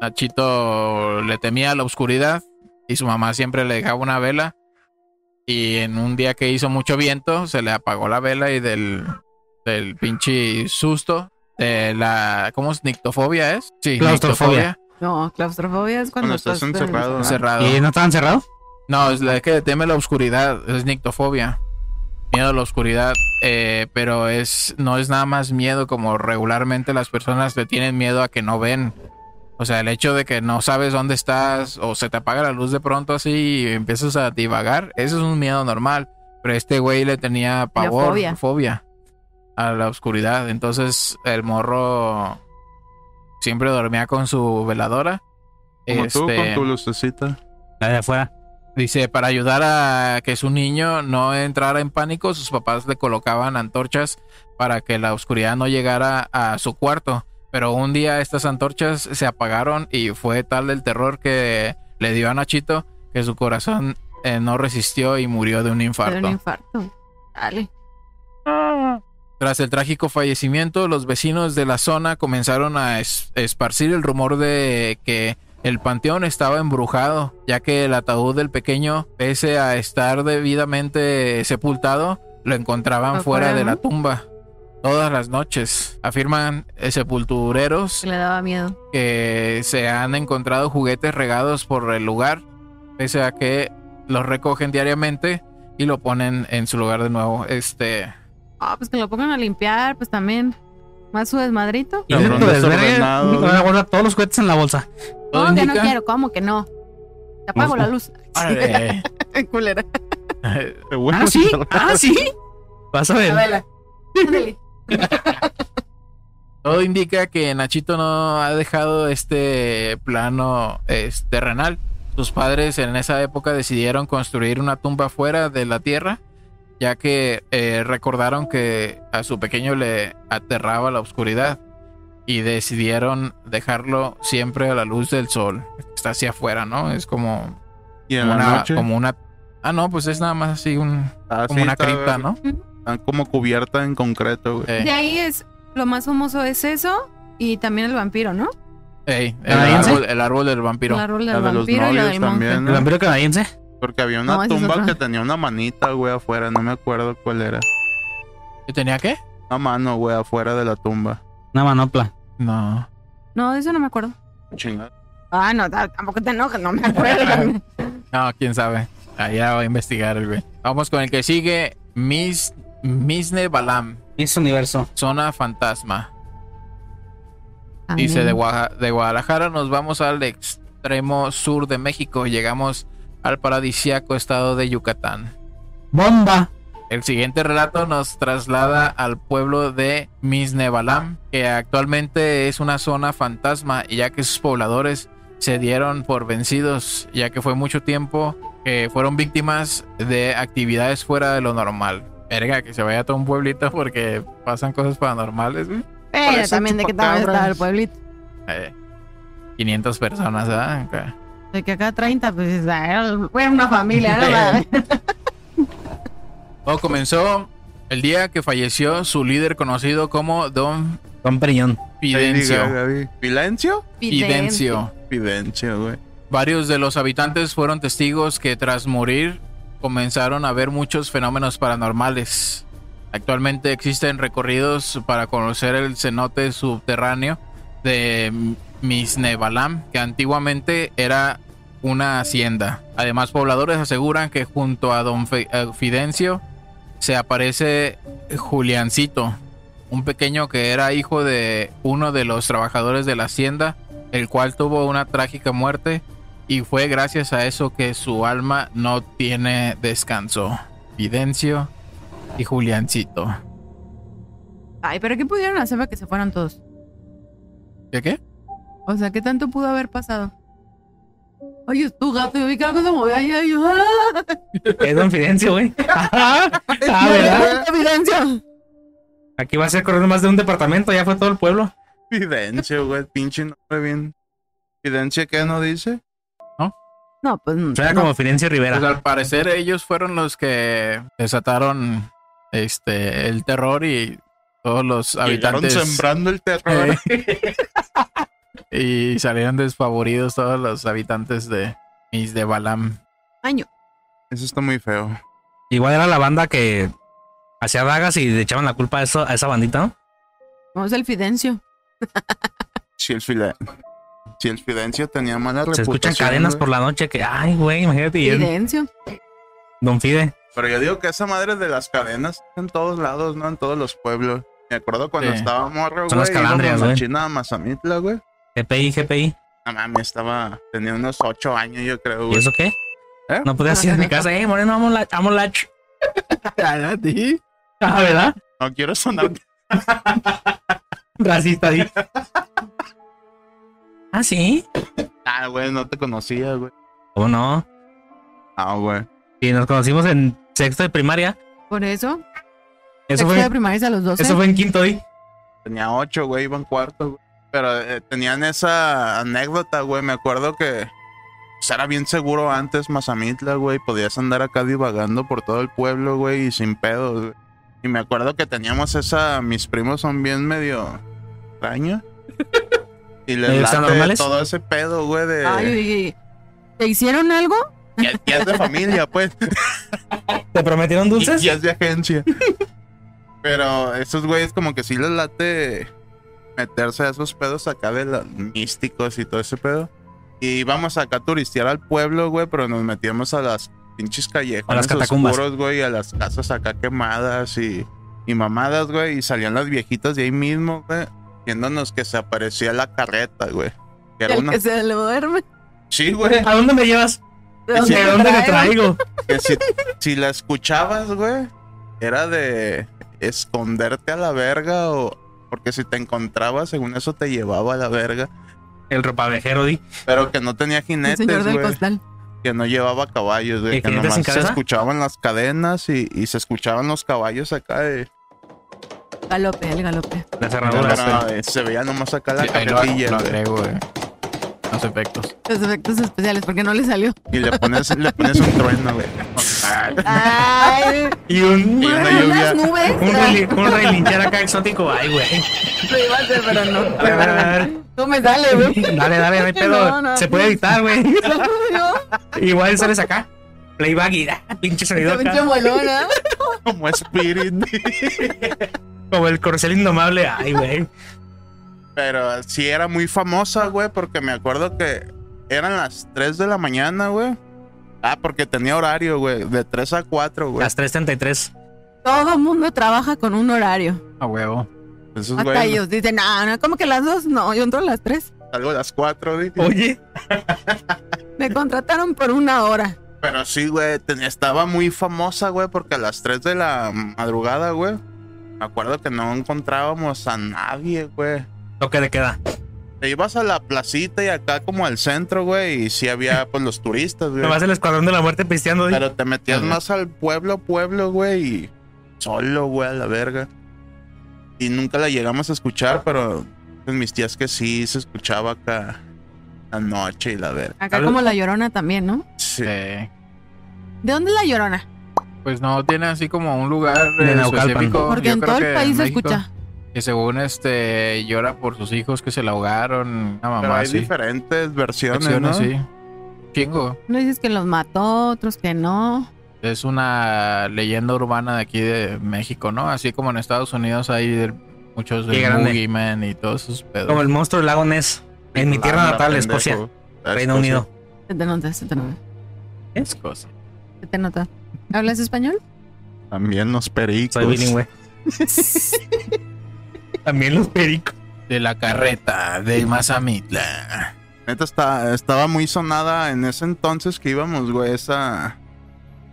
Nachito le temía la oscuridad y su mamá siempre le dejaba una vela. Y en un día que hizo mucho viento, se le apagó la vela y del, del pinche susto, de la. ¿Cómo es? ¿Nictofobia es? Sí,
Claustrofobia.
No, claustrofobia es cuando,
Cuando estás encerrado.
nictofobia, Cerrado.
¿Y no estaban cerrados?
No, es la que teme la oscuridad, es nictofobia. Miedo a la oscuridad, eh, pero es no es nada más miedo como regularmente las personas le tienen miedo a que no ven. O sea, el hecho de que no sabes dónde estás o se te apaga la luz de pronto así y empiezas a divagar, eso es un miedo normal. Pero este güey le tenía pavor,
fobia.
fobia. a la oscuridad. Entonces el morro siempre dormía con su veladora.
como tú con
Este,
tu lucecita.
La de afuera.
Dice, para ayudar a que su niño no entrara en pánico, sus papás le colocaban antorchas para que la oscuridad no llegara a su cuarto. Pero un día estas antorchas se apagaron y fue tal el terror que le dio a Nachito que su corazón eh, no resistió y murió de un
Pero un
infarto.
infarto. Dale.
Tras el trágico fallecimiento, los vecinos de la zona comenzaron a es- esparcir el rumor de que el panteón estaba embrujado, ya que el ataúd del pequeño, pese a estar debidamente sepultado, lo encontraban
Afuera,
fuera de
¿no?
la tumba todas las noches. Afirman eh, sepultureros
que Le daba miedo.
que se han encontrado juguetes regados por el lugar, pese a que los recogen diariamente y lo ponen en su lugar de nuevo. Este.
Ah, pues que lo pongan a limpiar, pues también. Más su desmadrito.
Y
Cabrón
esto de
desordenado,
verga,
güey.
ahora guarda todos los cohetes en la bolsa.
todo
No, que no
indica-
quiero, ¿cómo que no? Te apago la luz. <laughs>
Órale.
Culera.
<laughs> Ah, sí,
<laughs>
ah, sí. Vas a ver.
Ándale.
Todo indica que Nachito no ha dejado este plano es, terrenal. Sus padres en esa época decidieron construir una tumba fuera de la tierra, ya que eh, recordaron que a su pequeño le aterraba la oscuridad y decidieron dejarlo siempre a la luz del sol. Está hacia afuera, ¿no? Es como,
Y en
como
la
una,
noche.
como una- Ah, no, pues es nada más así un,
Ah,
como
sí,
una
está-
cripta, ¿no?
Están como cubierta en concreto, güey.
Eh,
De ahí es lo más famoso es eso y también el vampiro, ¿no?
ey, el,
¿Canadiense?
árbol, el árbol del vampiro.
el árbol
La
del
de los
vampiro y lo
novios
del monje.
también,
El
¿no?
vampiro canadiense.
Porque había
No,
una
ese es
tumba
otro.
que tenía una manita, güey, afuera. No me acuerdo cuál era.
¿Que tenía qué?
Una mano, güey, afuera de la tumba.
Una manopla.
No.
No, de eso no me acuerdo.
Chingada.
Ah, no, ta- tampoco te enojes, no me acuerdo.
No, quién sabe. Allá va a investigar el güey. Vamos con el que sigue. Mis, Misne Balam,
Es universo.
zona fantasma. Dice de, Guaja- de Guadalajara nos vamos al extremo sur de México. Llegamos al paradisiaco estado de Yucatán.
Bomba.
El siguiente relato nos traslada al pueblo de Misnebalam, que actualmente es una zona fantasma, y ya que sus pobladores se dieron por vencidos, ya que fue mucho tiempo que fueron víctimas de actividades fuera de lo normal. Verga, que se vaya a todo un pueblito porque pasan cosas paranormales, güey.
Pero
parece
también de qué tamaño
chupacabras.
está el pueblito.
Eh, 500 personas, ¿ah? Acá.
De que acá 30, pues era una familia, <laughs> ¿no?
Todo comenzó el día que falleció su líder conocido como Don
Don Periñón.
Pidencio.
¿Pilencio?
Pidencio.
Pidencio, güey.
Varios de los habitantes fueron testigos que tras morir comenzaron a ver muchos fenómenos paranormales. Actualmente existen recorridos para conocer el cenote subterráneo de Misnebalam, que antiguamente era una hacienda. Además, pobladores aseguran que junto a Don Fe- a Fidencio se aparece Juliancito, un pequeño que era hijo de uno de los trabajadores de la hacienda, el cual tuvo una trágica muerte y fue gracias a eso que su alma no tiene descanso. Fidencio y Juliancito.
Ay, pero ¿qué pudieron hacer para que se fueran todos?
¿Qué qué?
O sea, ¿qué tanto pudo haber pasado? Oye, tu gato, yo vi que algo se movía ahí, ay, yo, ¡ah!
Es Don Fidencio, güey. Ajá. <laughs> Ah, ¿verdad?
<laughs> ¡Ay, Fidencio!
Aquí va a ser correr más de un departamento, ya fue todo el pueblo.
Fidencio, güey. Pinche nombre bien. ¿Fidencio qué no dice?
No, pues no.
Suena como Fidencio
Pues
Rivera.
al parecer ellos fueron los que desataron este el terror y todos los
Llegaron
habitantes
sembrando el
Eh.
terror.
y salieron desfavoridos todos los habitantes de Mis de Balam. <laughs>
Año.
Eso está muy feo.
Igual era la banda que hacía dagas y le echaban la culpa a, eso, a esa bandita, ¿no?
Vamos al Fidencio.
Si el, fila- si el Fidencio tenía mala
Se
reputación.
escuchan cadenas por
güey.
la noche que, ay, güey, imagínate. y es
Fidencio.
Don Fide.
Pero yo digo que esa madre de las cadenas en todos lados, ¿no? En todos los pueblos. Me acuerdo cuando
Sí.
estaba morro, güey.
Son las calandrias,
íbamos a
güey.
China, a Mazamitla, güey.
GPI, GPI.
No mames, estaba. Tenía unos ocho años, yo creo,
¿Y
güey.
eso qué?
¿Eh?
No podías ir a mi casa. Eh, Moreno, vamos la, vamos la. ch-". Ah, ¿verdad?
No
<laughs>
quiero sonar.
Racista, di. <laughs> Ah, sí.
Ah, güey, no te conocía, güey.
¿Cómo no?
Ah, güey.
Y nos conocimos en sexto de primaria.
Por eso.
Eso
sexto
fue,
de primarias a los 12.
eso fue en quinto, di.
Tenía ocho, güey, iba en cuarto, güey. Pero eh, tenían esa anécdota, güey. Me acuerdo que pues, era bien seguro antes Mazamitla, güey. Podías andar acá divagando por todo el pueblo, güey, y sin pedos, güey. Y me acuerdo que teníamos esa. Mis primos son bien medio
<laughs>
extraños. Y les
¿Medio
late
anormales?
todo ese pedo, güey, de.
eh,
Ay, yo dije, ¿te hicieron algo?
Ya, ya es de familia, pues.
¿Te prometieron dulces?
Y, y es de agencia. <laughs> Pero esos güeyes como que sí les late meterse a esos pedos acá de los místicos y todo ese pedo. Y íbamos acá a turistear al pueblo, güey, pero nos metíamos a las pinches callejones
A las catacumbas.
oscuros, güey, a las casas acá quemadas y, y mamadas, güey. Y salían las viejitas de ahí mismo, güey, diciéndonos que se aparecía la carreta, güey. Que era
El
una...
que se lo duerme.
Sí, güey.
¿A dónde me llevas?
¿De
Sí,
¿De dónde te traigo?
que si, si la escuchabas, güey, era de esconderte a la verga o... Porque si te encontrabas, según eso te llevaba a la verga.
El ropavejero, di.
Pero que no tenía
El
jinetes,
señor del
güey.
costal.
Que no llevaba caballos,
¿Y
güey. Que
jinetes
nomás
sin
se
cabeza?
escuchaban las cadenas y, y se escuchaban los caballos acá. eh.
Galope, el galope.
Las
Pero,
cerraduras. güey.
eh, se veía nomás acá la
Sí, ahí lo,
carretilla,
lo
güey.
agrego, eh. güey. Los efectos.
Los efectos especiales, porque no le
<laughs>
salió.
Y le pones, le pones un trueno, güey. <laughs>
Ah.
Ay,
Y un.
Y una
bueno,
lluvia.
unas nubes.
Un, reli- un relinchar acá exótico. Ay, güey.
Lo iba a hacer, pero no.
A ver, a ver, a ver.
No me sale,
<laughs>
güey.
Dale, dale, no hay pedo.
No, no,
Se puede
no.
editar, güey.
No,
Igual sales acá. Playback y ah, pinche sonido
pinche
acá.
molona.
Como Spirit.
Como el corcel indomable. Ay, güey.
Pero sí era muy famosa, güey, porque me acuerdo que eran las 3 de la mañana, güey. Ah, porque tenía horario, güey, de 3 a 4, güey.
Las 3.33.
Todo mundo trabaja con un horario.
A huevo.
Pues
Esos
Hasta
güeyes
ellos dicen, ah, no, como que las dos, no, yo entro a las tres.
salgo a las 4, güey.
Oye.
Me contrataron por una hora.
Pero sí, güey, ten- estaba muy famosa, güey, porque a las 3 de la madrugada, güey. Me acuerdo que no encontrábamos a nadie, güey.
Toque de queda.
Te ibas a la placita y acá como al centro, güey, y sí había, pues, los turistas, güey.
Te vas el escuadrón de la muerte pisteando. di.
Pero te metías
Ajá.
más al pueblo, pueblo, güey, y solo, güey, a la verga. Y nunca la llegamos a escuchar, pero pues, mis tías que sí se escuchaba acá la noche y la verga.
Acá
Algo-
como la llorona también, ¿no?
Sí.
Eh,
¿De dónde es la llorona?
pues no tiene así como un lugar
De
eh,
Naucalpan.
específico.
Porque
Yo
en
creo
todo
que
el
en
país se
México-
escucha.
Que según este llora por sus hijos que se la ahogaron. Una
Pero
mamá
hay
así.
diferentes versiones,
Acciones,
¿no?
sí. Chingo.
Unos dices que los mató, otros que no.
Es una leyenda urbana de aquí de México, ¿no? Así como en Estados Unidos hay del- muchos
Qué
de
grande.
Man y todos esos pedos.
Como el monstruo del lago Ness. En mi tierra
Irlanda,
natal,
pendejo.
Escocia,
Ah,
Reino
Escocia.
Unido.
Se te nota, se te nota.
es cosa.
Se te nota. ¿Hablas español?
También los pericos.
Soy bilingüe. <laughs> También los pericos.
De la carreta de Mazamitla.
Neta, está- estaba muy sonada en ese entonces que íbamos, güey, esa...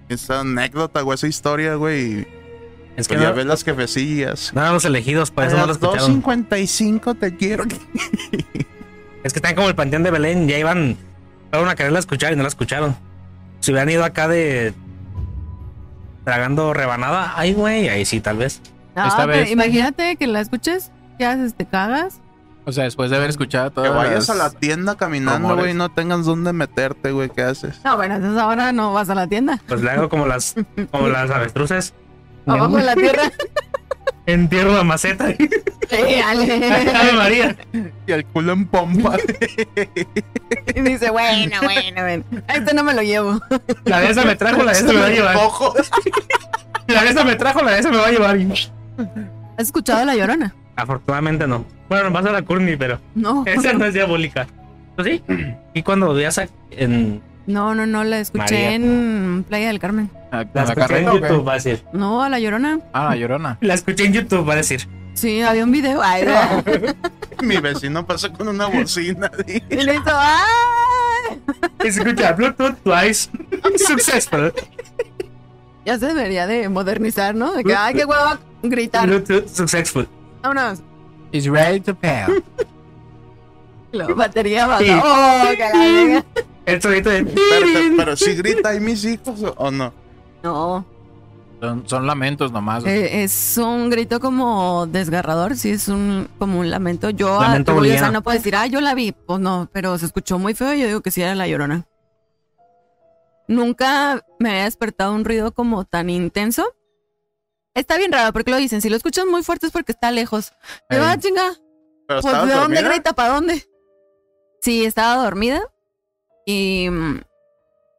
Esa anécdota, güey, esa historia, güey. y
Es que
Quería
no,
ver las jefecillas.
no eran los elegidos, por
A
eso no lo
las
escucharon.
2.55 te quiero.
Es que están como el panteón de Belén, ya iban. Fueron a quererla escuchar y no la escucharon. Si hubieran ido acá de. Tragando rebanada, ay, güey, ahí sí, tal vez.
No,
Esta
pero
vez-
imagínate que la escuches. ¿Qué haces? ¿Te cagas?
O sea, después de haber escuchado
Que
todas
vayas a la
las- <laughs>
tienda caminando,
Rumores.
güey, y no tengas dónde meterte, güey. ¿Qué haces?
No, bueno, entonces ahora no vas a la tienda.
Pues le hago como las, como las avestruces.
Abajo de la tierra.
<laughs>
Entierro la maceta. <laughs>
Sí, Ale.
<laughs>
Ave María.
Y el culo en <laughs> pompa.
Y dice, bueno, bueno, bueno. A Este no me lo llevo.
La de esa me trajo, la de esa me va a llevar.
Ojo.
La de esa me trajo, la de esa me va a llevar.
¿Has escuchado La Llorona?
Afortunadamente no. Bueno, pasa la Courtney, pero <laughs>
No.
esa no es diabólica. Pues sí. Y cuando vivías a- en
No, no, no, la escuché
María.
en Playa del Carmen.
a- a
la,
la
escuché en
carreta. ¿o qué?
YouTube, va a decir.
No, a La Llorona.
Ah, la llorona.
La escuché en YouTube, va a decir.
Sí, había un video. Ay, no.
Mi vecino pasa con una bocina. <laughs> di.
Y le hizo, ¡ay!
Y se escucha Bluetooth twice. Successful.
Ya se debería de modernizar, ¿no? De que, ay, qué hueva gritar.
Bluetooth successful.
Vámonos.
It's ready to pay.
La batería baja.
Sí.
¡Oh, que la verga!
El sonido de.
Pero, pero si grita ahí mis hijos o- o no.
No.
Son, son lamentos nomás.
Eh, es un grito como desgarrador, sí, es un como un lamento. Yo, ah, te
Lamento
voy, o sea,
boliviano.
no puedo decir, ah, yo la vi, pues no, pero se escuchó muy feo y yo digo que sí era la llorona. Nunca me había despertado un ruido como tan intenso. Está bien raro porque lo dicen, si lo escuchas muy fuerte es porque está lejos. Me
Ey.
va, chinga,
Pero
pues,
estabas
¿de dónde
dormida.
grita? ¿Para dónde? Sí, estaba dormida. Y mm,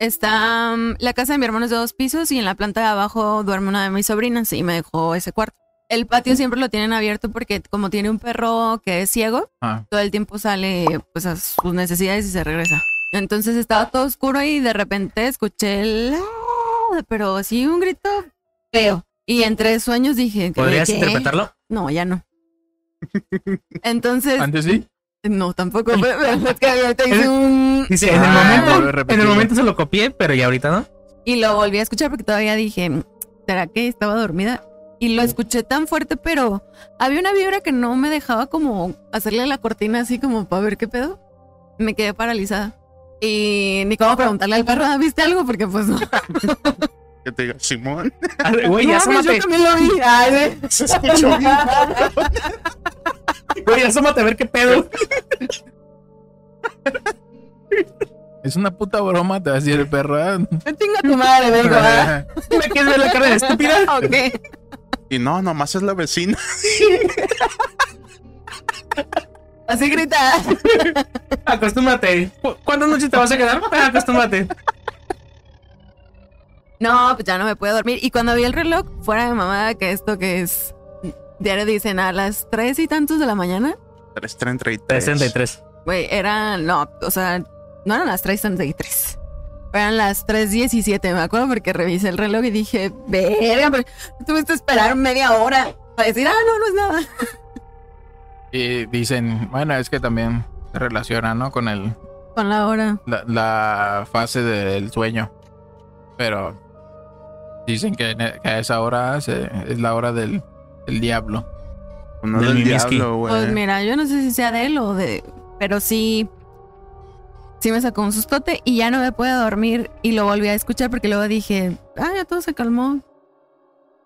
está. mm, La casa de mi hermano es de dos pisos y en la planta de abajo duerme una de mis sobrinas y me dejó ese cuarto. El patio siempre lo tienen abierto porque, como tiene un perro que es ciego,
Ah.
todo el tiempo sale pues a sus necesidades y se regresa. Entonces estaba todo oscuro y de repente escuché el. "Ah", Pero sí, un grito feo. Y entre sueños dije.
¿Podrías
"¿Qué?".
interpretarlo?
No, ya no. Entonces.
Antes sí.
No, tampoco. pero- pero es que ahorita
<laughs>
hice un-
Dice,
Ah,
en el
vuelve a
momento. En
repetir.
el momento se lo copié, pero ya ahorita no.
Y lo volví a escuchar porque todavía dije, "Mm, ¿será que estaba dormida? Y lo escuché tan fuerte, pero había una vibra que no me dejaba como hacerle la cortina así como para ver qué pedo. Me quedé paralizada. Y ni cómo preguntarle al perro, "Ah, ¿viste algo? Porque pues no.
Que te diga, Simón,
Ah, Güey,
No,
ya
pues, yo
asómate.
también lo vi. Ay, de-
se escuchó bien.
Güey, asómate a ver qué pedo.
Es una puta broma, te va a decir el perro. ah.
Chinga tu madre, vengo.
<laughs>
¿ah?
<laughs>
¿Me quieres ver la cara de estúpida?
<laughs> Ok.
Y no, nomás es la vecina. <laughs>
Así grita.
Acostúmbrate. ¿Cu- ¿Cuántas noches te vas a quedar? Ah, Acostúmbrate.
No, pues ya no me puedo dormir. Y cuando vi el reloj, fuera de mamada, que esto que es. Diario dicen a las tres y tantos de la mañana.
333.
63.
Güey, eran. No, o sea, no eran las 3.33. Eran las 3.17, me acuerdo, porque revisé el reloj y dije, verga, pero tuviste que esperar media hora para decir, ah, no, no es nada.
Y dicen, bueno, es que también se relaciona, ¿no? Con el,
Con la hora.
la, la fase del sueño. Pero dicen que, en- e, que a esa hora se- es la hora del, del diablo.
Uno
Del
del
Mimiski.
diablo,
Pues
güey.
mira, yo no sé si sea de él o de. Pero sí. Sí me sacó un sustote y ya no me pude dormir. Y lo volví a escuchar porque luego dije, ah, ya todo se calmó.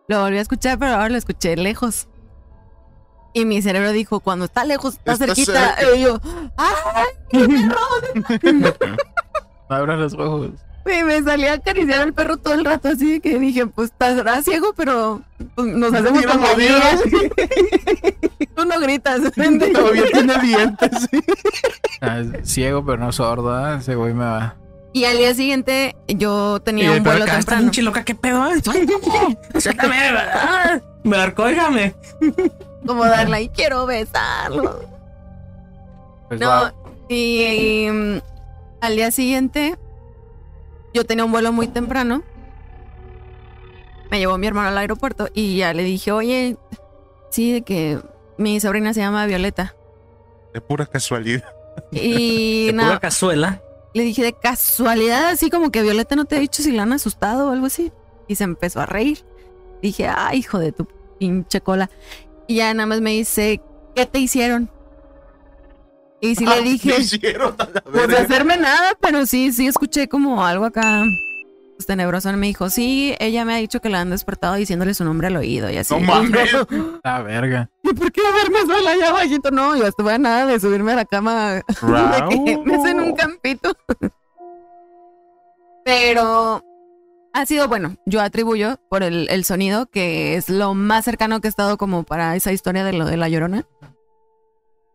Lo volví a escuchar, pero ahora lo escuché lejos. Y mi cerebro dijo, cuando está lejos, está,
Está
cerquita.
cerca.
Y yo, ¡ay!
No abras los ojos.
Güey, me salía a acariciar al perro todo el rato, así que dije, pues estará ciego, pero pues, nos hacemos
Tiene
como
movidas.
amigas. <laughs> Tú no gritas, vente.
<laughs> Todavía tiene dientes.
Ah, Ciego, pero no sordo. ¿eh? Ese güey me va.
Y al día siguiente yo
Y
tenía
el
un
peor
vuelo
acá, esta
temprano.
pinche loca, ¿qué pedo? Ay, suéltame, ah, Me arcó, déjame.
Como darla y quiero besarlo.
Pues
No,
va.
y, mm, al día siguiente yo tenía un vuelo muy temprano. Me llevó mi hermano al aeropuerto y ya le dije, oye, sí, de que mi sobrina se llama
<laughs>
Violeta.
<laughs> De pura casualidad.
Y
De pura
nada,
cazuela.
le dije de casualidad, así como que Violeta no te ha dicho si la han asustado o algo así. Y se empezó a reír. Dije, ay, hijo de tu pinche cola. Y ya nada más me dice, ¿qué te hicieron? Y si le dije...
<laughs> Lo hicieron Ah, a eh". la
Pues de
verga.
hacerme nada, pero sí, sí escuché como algo acá pues, tenebroso. Me dijo, sí, ella me ha dicho que la han despertado diciéndole su nombre al oído y así. <laughs>
No mames.
La verga.
¿Y por qué verme sola allá abajito? No, yo estuve a nada de subirme a la cama de que <laughs> me hacen un campito. Pero ha sido bueno. Yo atribuyo por el, el sonido que es lo más cercano que he estado como para esa historia de lo de la llorona.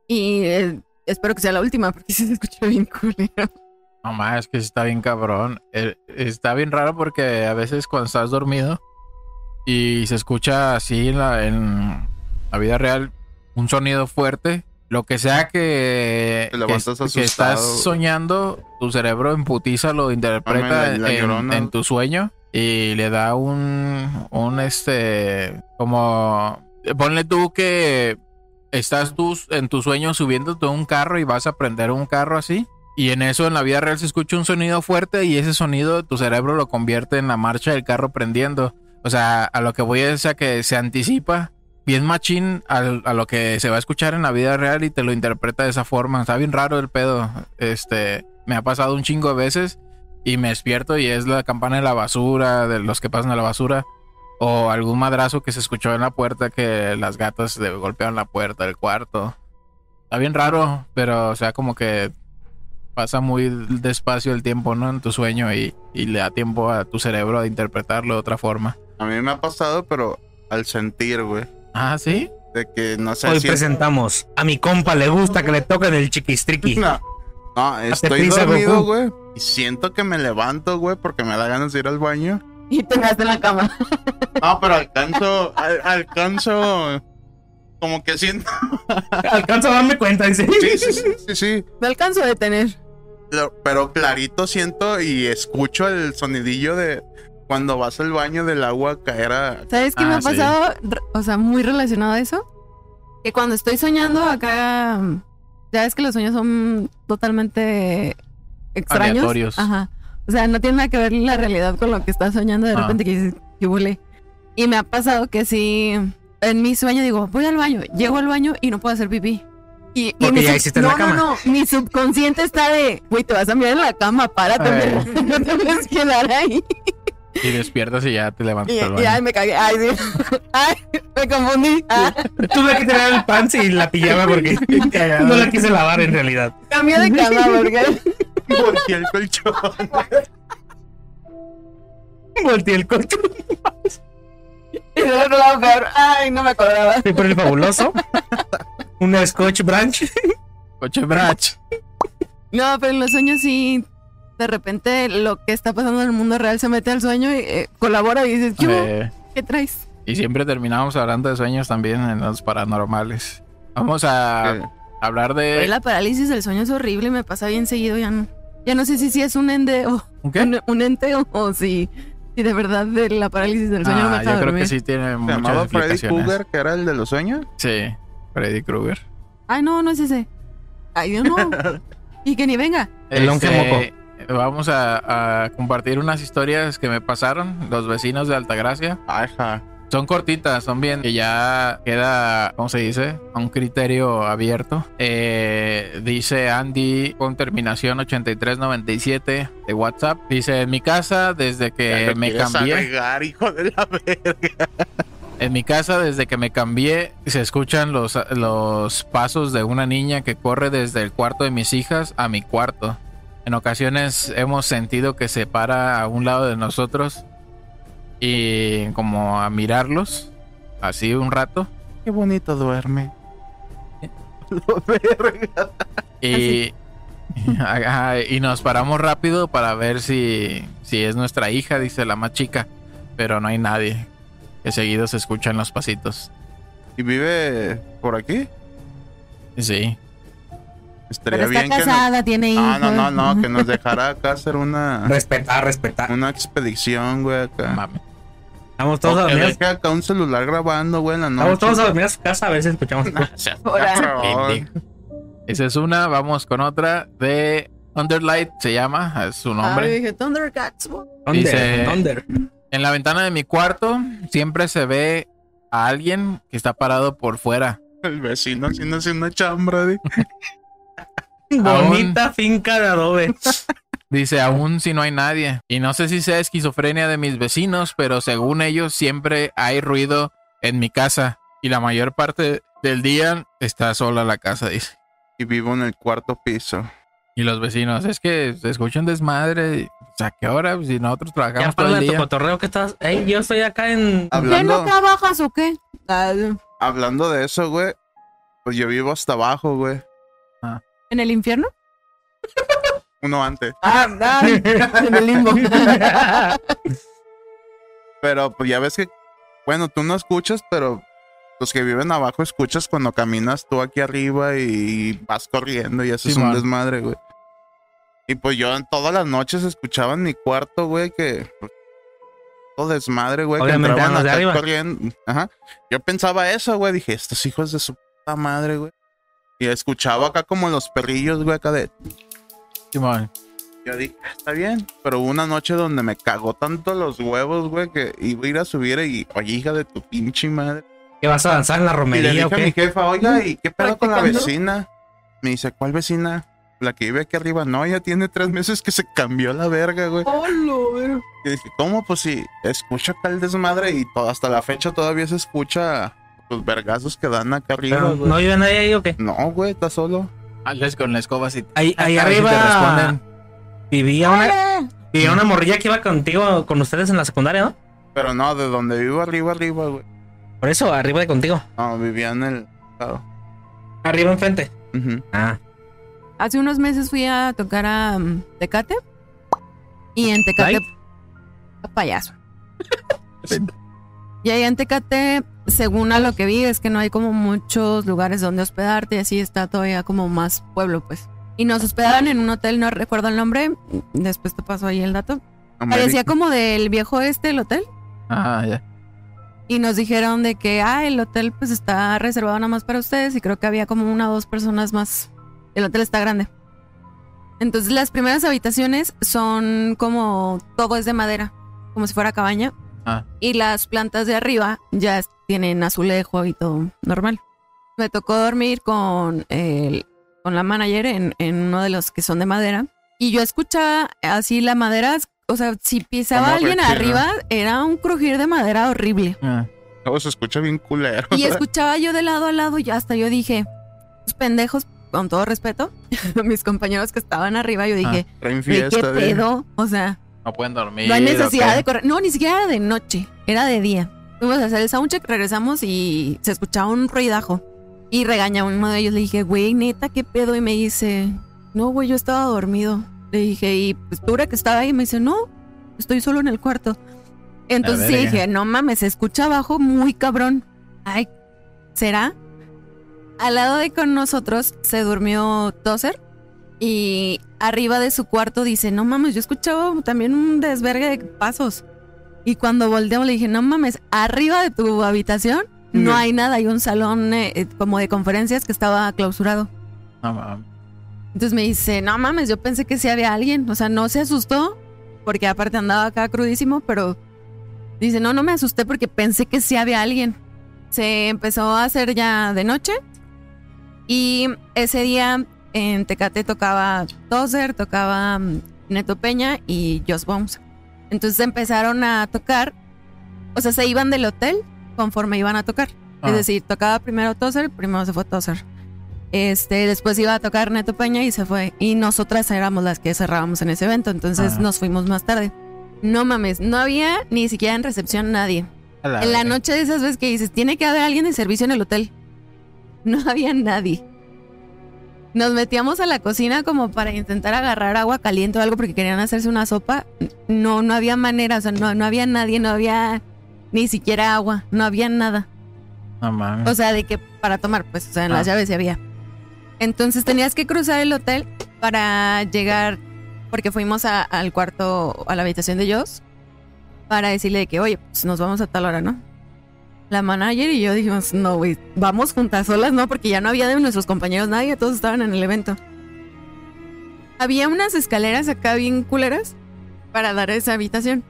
Y eh, espero que sea la última porque <laughs> sí se escuchó bien culero.
No más, es que sí está bien cabrón. Eh, Está bien raro porque a veces cuando estás dormido y se escucha así en la, en la vida real un sonido fuerte, lo que sea que,
Te levantas
que- que estás
asustado.
soñando, tu cerebro en putiza lo interpreta
Mames, la- la
en- en,
llorona.
tu sueño y le da un, un este, como, ponle tú que estás tú en tu sueño subiéndote a un carro y vas a prender un carro así. Y en eso en la vida real se escucha un sonido fuerte y ese sonido tu cerebro lo convierte en la marcha del carro prendiendo. O sea, a lo que voy es a que se anticipa bien machín al- a, lo que se va a escuchar en la vida real y te lo interpreta de esa forma. Está bien raro el pedo. Este, me ha pasado un chingo de veces y me despierto y es la campana de la basura, de los que pasan a la basura. O algún madrazo que se escuchó en la puerta que las gatas le golpearon la puerta del cuarto. Está bien raro, pero o sea, como que pasa muy despacio el tiempo, ¿no? En tu sueño y, y le da tiempo a tu cerebro a interpretarlo de otra forma.
A mí me ha pasado, pero al sentir, güey.
Ah, sí.
De que no sé
Hoy
si.
presentamos. A mi compa le gusta que le toquen el chiquistriqui.
No. No, estoy
pizza,
dormido,
Goku.
güey. Y siento que me levanto, güey, porque me da ganas de ir al baño.
Y te quedaste en la cama.
No, pero alcanzo. al- alcanzo. Como que siento.
Alcanza a darme cuenta, dice.
Sí, sí, sí, sí, sí.
Me alcanzo a detener.
Lo- pero clarito siento y escucho el sonidillo de cuando vas al baño del agua caer <laughs> a.
¿Sabes qué me
Ah,
ha
sí.
pasado? Re- O sea, muy relacionado a eso. Que cuando estoy soñando acá, ya ves que los sueños son totalmente extraños.
Aleatorios.
Ajá. O sea, no tiene nada que ver la realidad con lo que estás soñando de
Ah.
repente que dices, "¿Qué huele?". Y me ha pasado que sí, en mi sueño digo, voy al baño, llego al baño y no puedo hacer pipí. Y, y
Porque
mi
ya
sub-
hiciste en
no,
la cama.
No, no, mi subconsciente está de, güey, te vas a mirar en la cama, párate,
Ah,
Eh.
perro, <laughs> no te puedes quedar ahí.
Y despiertas y ya te levantas.
Y,
al baño.
y, ay, me cagué. Ay, sí. <laughs> Ay, me confundí. Ah,
Tuve que tener el pants y la pijama porque <laughs> no la quise lavar en realidad.
cambié de cama porque. <laughs>
Volteé el colchón.
Volteé el colchón.
Y del otro lado, peor. Ay, no me acordaba.
Fui por el fabuloso. Una Scotch Branch.
Coche Brach.
No, pero en los sueños sí. De repente lo que está pasando en el mundo real se mete al sueño y eh, colabora y dices, ¿qué, hubo?
Eh,
¿Qué traes?
y siempre terminamos hablando de sueños también en los paranormales. Vamos a hablar
Pero
de.
Pues la parálisis del sueño es horrible y me pasa bien seguido. Ya no, ya no sé si, si es un ende o
¿Un qué?
un, un ente o, o si, si de verdad de la parálisis del sueño no me
Ah,
deja
yo creo que
dormir.
sí tiene
Se
muchas
llamaba Freddy
explicaciones.
Cougar, que era el de los sueños.
Sí, Freddy Krueger.
Ay, no, no es ese. Ay, Dios, no. <laughs> y que ni venga.
El longe
Este, Vamos a, a compartir unas historias que me pasaron los vecinos de Altagracia.
Ajá.
Son cortitas, son bien, que ya queda, ¿cómo se dice? A un criterio abierto. Eh, dice Andy con terminación 8397 de WhatsApp. Dice, en mi casa, desde que Eh, me cambié...
Agregar, hijo de la verga.
En mi casa, desde que me cambié, se escuchan los, los pasos de una niña que corre desde el cuarto de mis hijas a mi cuarto. En ocasiones hemos sentido que se para a un lado de nosotros y como a mirarlos, así un rato.
Qué bonito duerme. Lo verga.
Y, <laughs> Ajá, y nos paramos rápido para ver si, si es nuestra hija, dice la más chica. Pero no hay nadie. Que seguido se escuchan los pasitos.
¿Y vive por aquí?
Sí.
Estaría
Pero está
bien que nos-
casada, tiene hijos.
Ah, no, no, no, que nos
<laughs>
dejara acá hacer una,
Respetar, respetar.
una expedición, güey, acá.
Mami.
Estamos todos
O
a
que
dormir.
deje acá un celular grabando, güey, en la noche.
Estamos todos a dormir a su casa a ver si escuchamos.
Ahora,
<laughs>
Cabrón.
Esa es una, vamos con otra de Underlight, se llama, es su nombre.
Ay, dije, Thundercats. bo-
Dice-
Thunder, Thunder.
En la ventana de mi cuarto siempre se ve a alguien que está parado por fuera.
El vecino haciendo así una chambra, di.
Bonita finca de adobe.
Dice, aún si no hay nadie. Y no sé si sea esquizofrenia de mis vecinos, pero según ellos siempre hay ruido en mi casa. Y la mayor parte del día está sola la casa, dice.
Y vivo en el cuarto piso.
Y los vecinos, es que se escucha un desmadre. O sea, ¿qué hora? Pues, Si nosotros
Ya
trabajamos todo
para
el
de tu
día.
cotorreo que estás. Ey, yo estoy acá en.
¿Qué no
Hablando,
trabajas o qué? Ay,
hablando de eso, güey, pues yo vivo hasta abajo, güey.
¿En el infierno?
Uno antes.
Ah, ay, <laughs> en el
<laughs>
limbo.
Pero pues ya ves que, bueno, tú no escuchas, pero los que viven abajo escuchas cuando caminas tú aquí arriba y vas corriendo y haces un
Simón.
desmadre, güey. Y pues yo en todas las noches escuchaba en mi cuarto, güey, que pues, todo desmadre, güey, que
Obviamente,
entraban
los de
acá
arriba.
corriendo. Ajá. Yo pensaba eso, güey, dije, estos hijos de su puta madre, güey. Y
Oh.
escuchaba acá como los perrillos, güey, acá de
Simón.
yo dije, "Ah, está bien. Pero hubo una noche donde me cagó tanto los huevos, güey, que iba a ir a subir y, oye, hija de tu pinche madre.
¿Que vas a danzar en la
Y le dije
romería o
a mi
qué?
jefa, oiga, ¿y qué pedo con la
Practicando.
vecina? Me dice, ¿cuál vecina? La que vive aquí arriba. No, ya tiene tres meses que se cambió la verga, güey.
Oh, lo ver-
Y dije, ¿cómo? Pues si escucha tal desmadre y to- hasta la fecha todavía se escucha los vergazos que dan acá arriba,
Pero,
güey.
¿No vive nadie ahí o qué?
No, güey, está solo.
Andes con la escoba si
Ahí, ahí
a ver si te
arriba
responden.
vivía una, vivía una morrilla que iba contigo, con ustedes en la secundaria, ¿no?
Pero no, de donde vivo arriba, arriba, güey.
Por eso, arriba de contigo.
No, vivía en el... estado.
Arriba enfrente.
Ujú.
Ah.
Hace unos meses fui a tocar a um, Tecate. Y en Tecate. Payaso. y ahí en Tecate, según a lo que vi, es que no hay como muchos lugares donde hospedarte. Y así está todavía como más pueblo, pues. Y nos hospedaron en un hotel, no recuerdo el nombre. Después te paso ahí el dato. Parecía como del viejo este, el hotel.
Ah, ya.
Y nos dijeron de que, ah, el hotel pues está reservado nada más para ustedes y creo que había como una o dos personas más. El hotel está grande. Entonces las primeras habitaciones son como todo es de madera, como si fuera cabaña.
Ah.
Y las plantas de arriba ya es- tienen azulejo y todo normal. Me tocó dormir con, el, con la manager en, en uno de los que son de madera. Y yo escuchaba así la madera, o sea, si pisaba
Como
alguien
rechina.
arriba, era un crujir de madera horrible.
Ah.
Luego se escucha bien culero.
Y escuchaba yo de lado a lado y hasta yo dije, los pendejos, con todo respeto, <laughs> mis compañeros que estaban arriba, yo dije,
<laughs> Traen
"Güey, ¿qué
fiesta, de...
pedo? O sea,
No pueden dormir.
no hay
¿o
necesidad
qué?
de correr. No, ni siquiera era de noche, era de día. Fuimos a hacer el soundcheck, regresamos y se escuchaba un ruidajo. Y regañaba uno de ellos, le dije, güey, neta, ¿qué pedo? Y me dice, no, güey, yo estaba dormido. Le dije, y pues tú era que estaba ahí, me dice, no, estoy solo en el cuarto. Entonces sí
verga.
dije, no mames, se escucha abajo muy cabrón. Ay, ¿será? Al lado de con nosotros se durmió Tozer y arriba de su cuarto dice, no mames, yo escuchaba también un desvergue de pasos. Y cuando volteo le dije, no mames, arriba de tu habitación no
Mm.
hay nada, hay un salón eh, eh, como de conferencias que estaba clausurado.
No, mames.
Entonces me dice, no mames, yo pensé que sí había alguien. O sea, no se asustó, porque aparte andaba acá crudísimo, pero dice, no, no me asusté porque pensé que sí había alguien. Se empezó a hacer ya de noche y ese día en Tecate tocaba Tozer, tocaba mm, Neto Peña y Joss Bones. Entonces empezaron a tocar, o sea, se iban del hotel conforme iban a tocar.
Ah.
Es decir, tocaba primero Tozer, primero se fue Tozer. Este, después iba a tocar Neto Peña y se fue. Y nosotras éramos las que cerrábamos en ese evento, entonces
Ajá.
nos fuimos más tarde. No mames, no había ni siquiera en recepción nadie.
Ah,
A
En la
verga.
noche de esas veces que dices, tiene que haber alguien de servicio en el hotel. <laughs> No había nadie. Nos metíamos a la cocina como para intentar agarrar agua caliente o algo porque querían hacerse una sopa. No, no había manera, o sea, no, no había nadie, no había ni siquiera agua, no había nada.
No mames.
O sea, de que para tomar, pues, o sea, en las
Ah.
llaves sí había. Entonces tenías que cruzar el hotel para llegar, porque fuimos a- al cuarto, a la habitación de Joss, para decirle de que, oye, pues nos vamos a tal hora, ¿no? La manager y yo dijimos, no, güey, vamos juntas solas, ¿no? Porque ya no había de nuestros compañeros nadie, todos estaban en el evento. Había unas escaleras acá bien culeras para dar a esa habitación.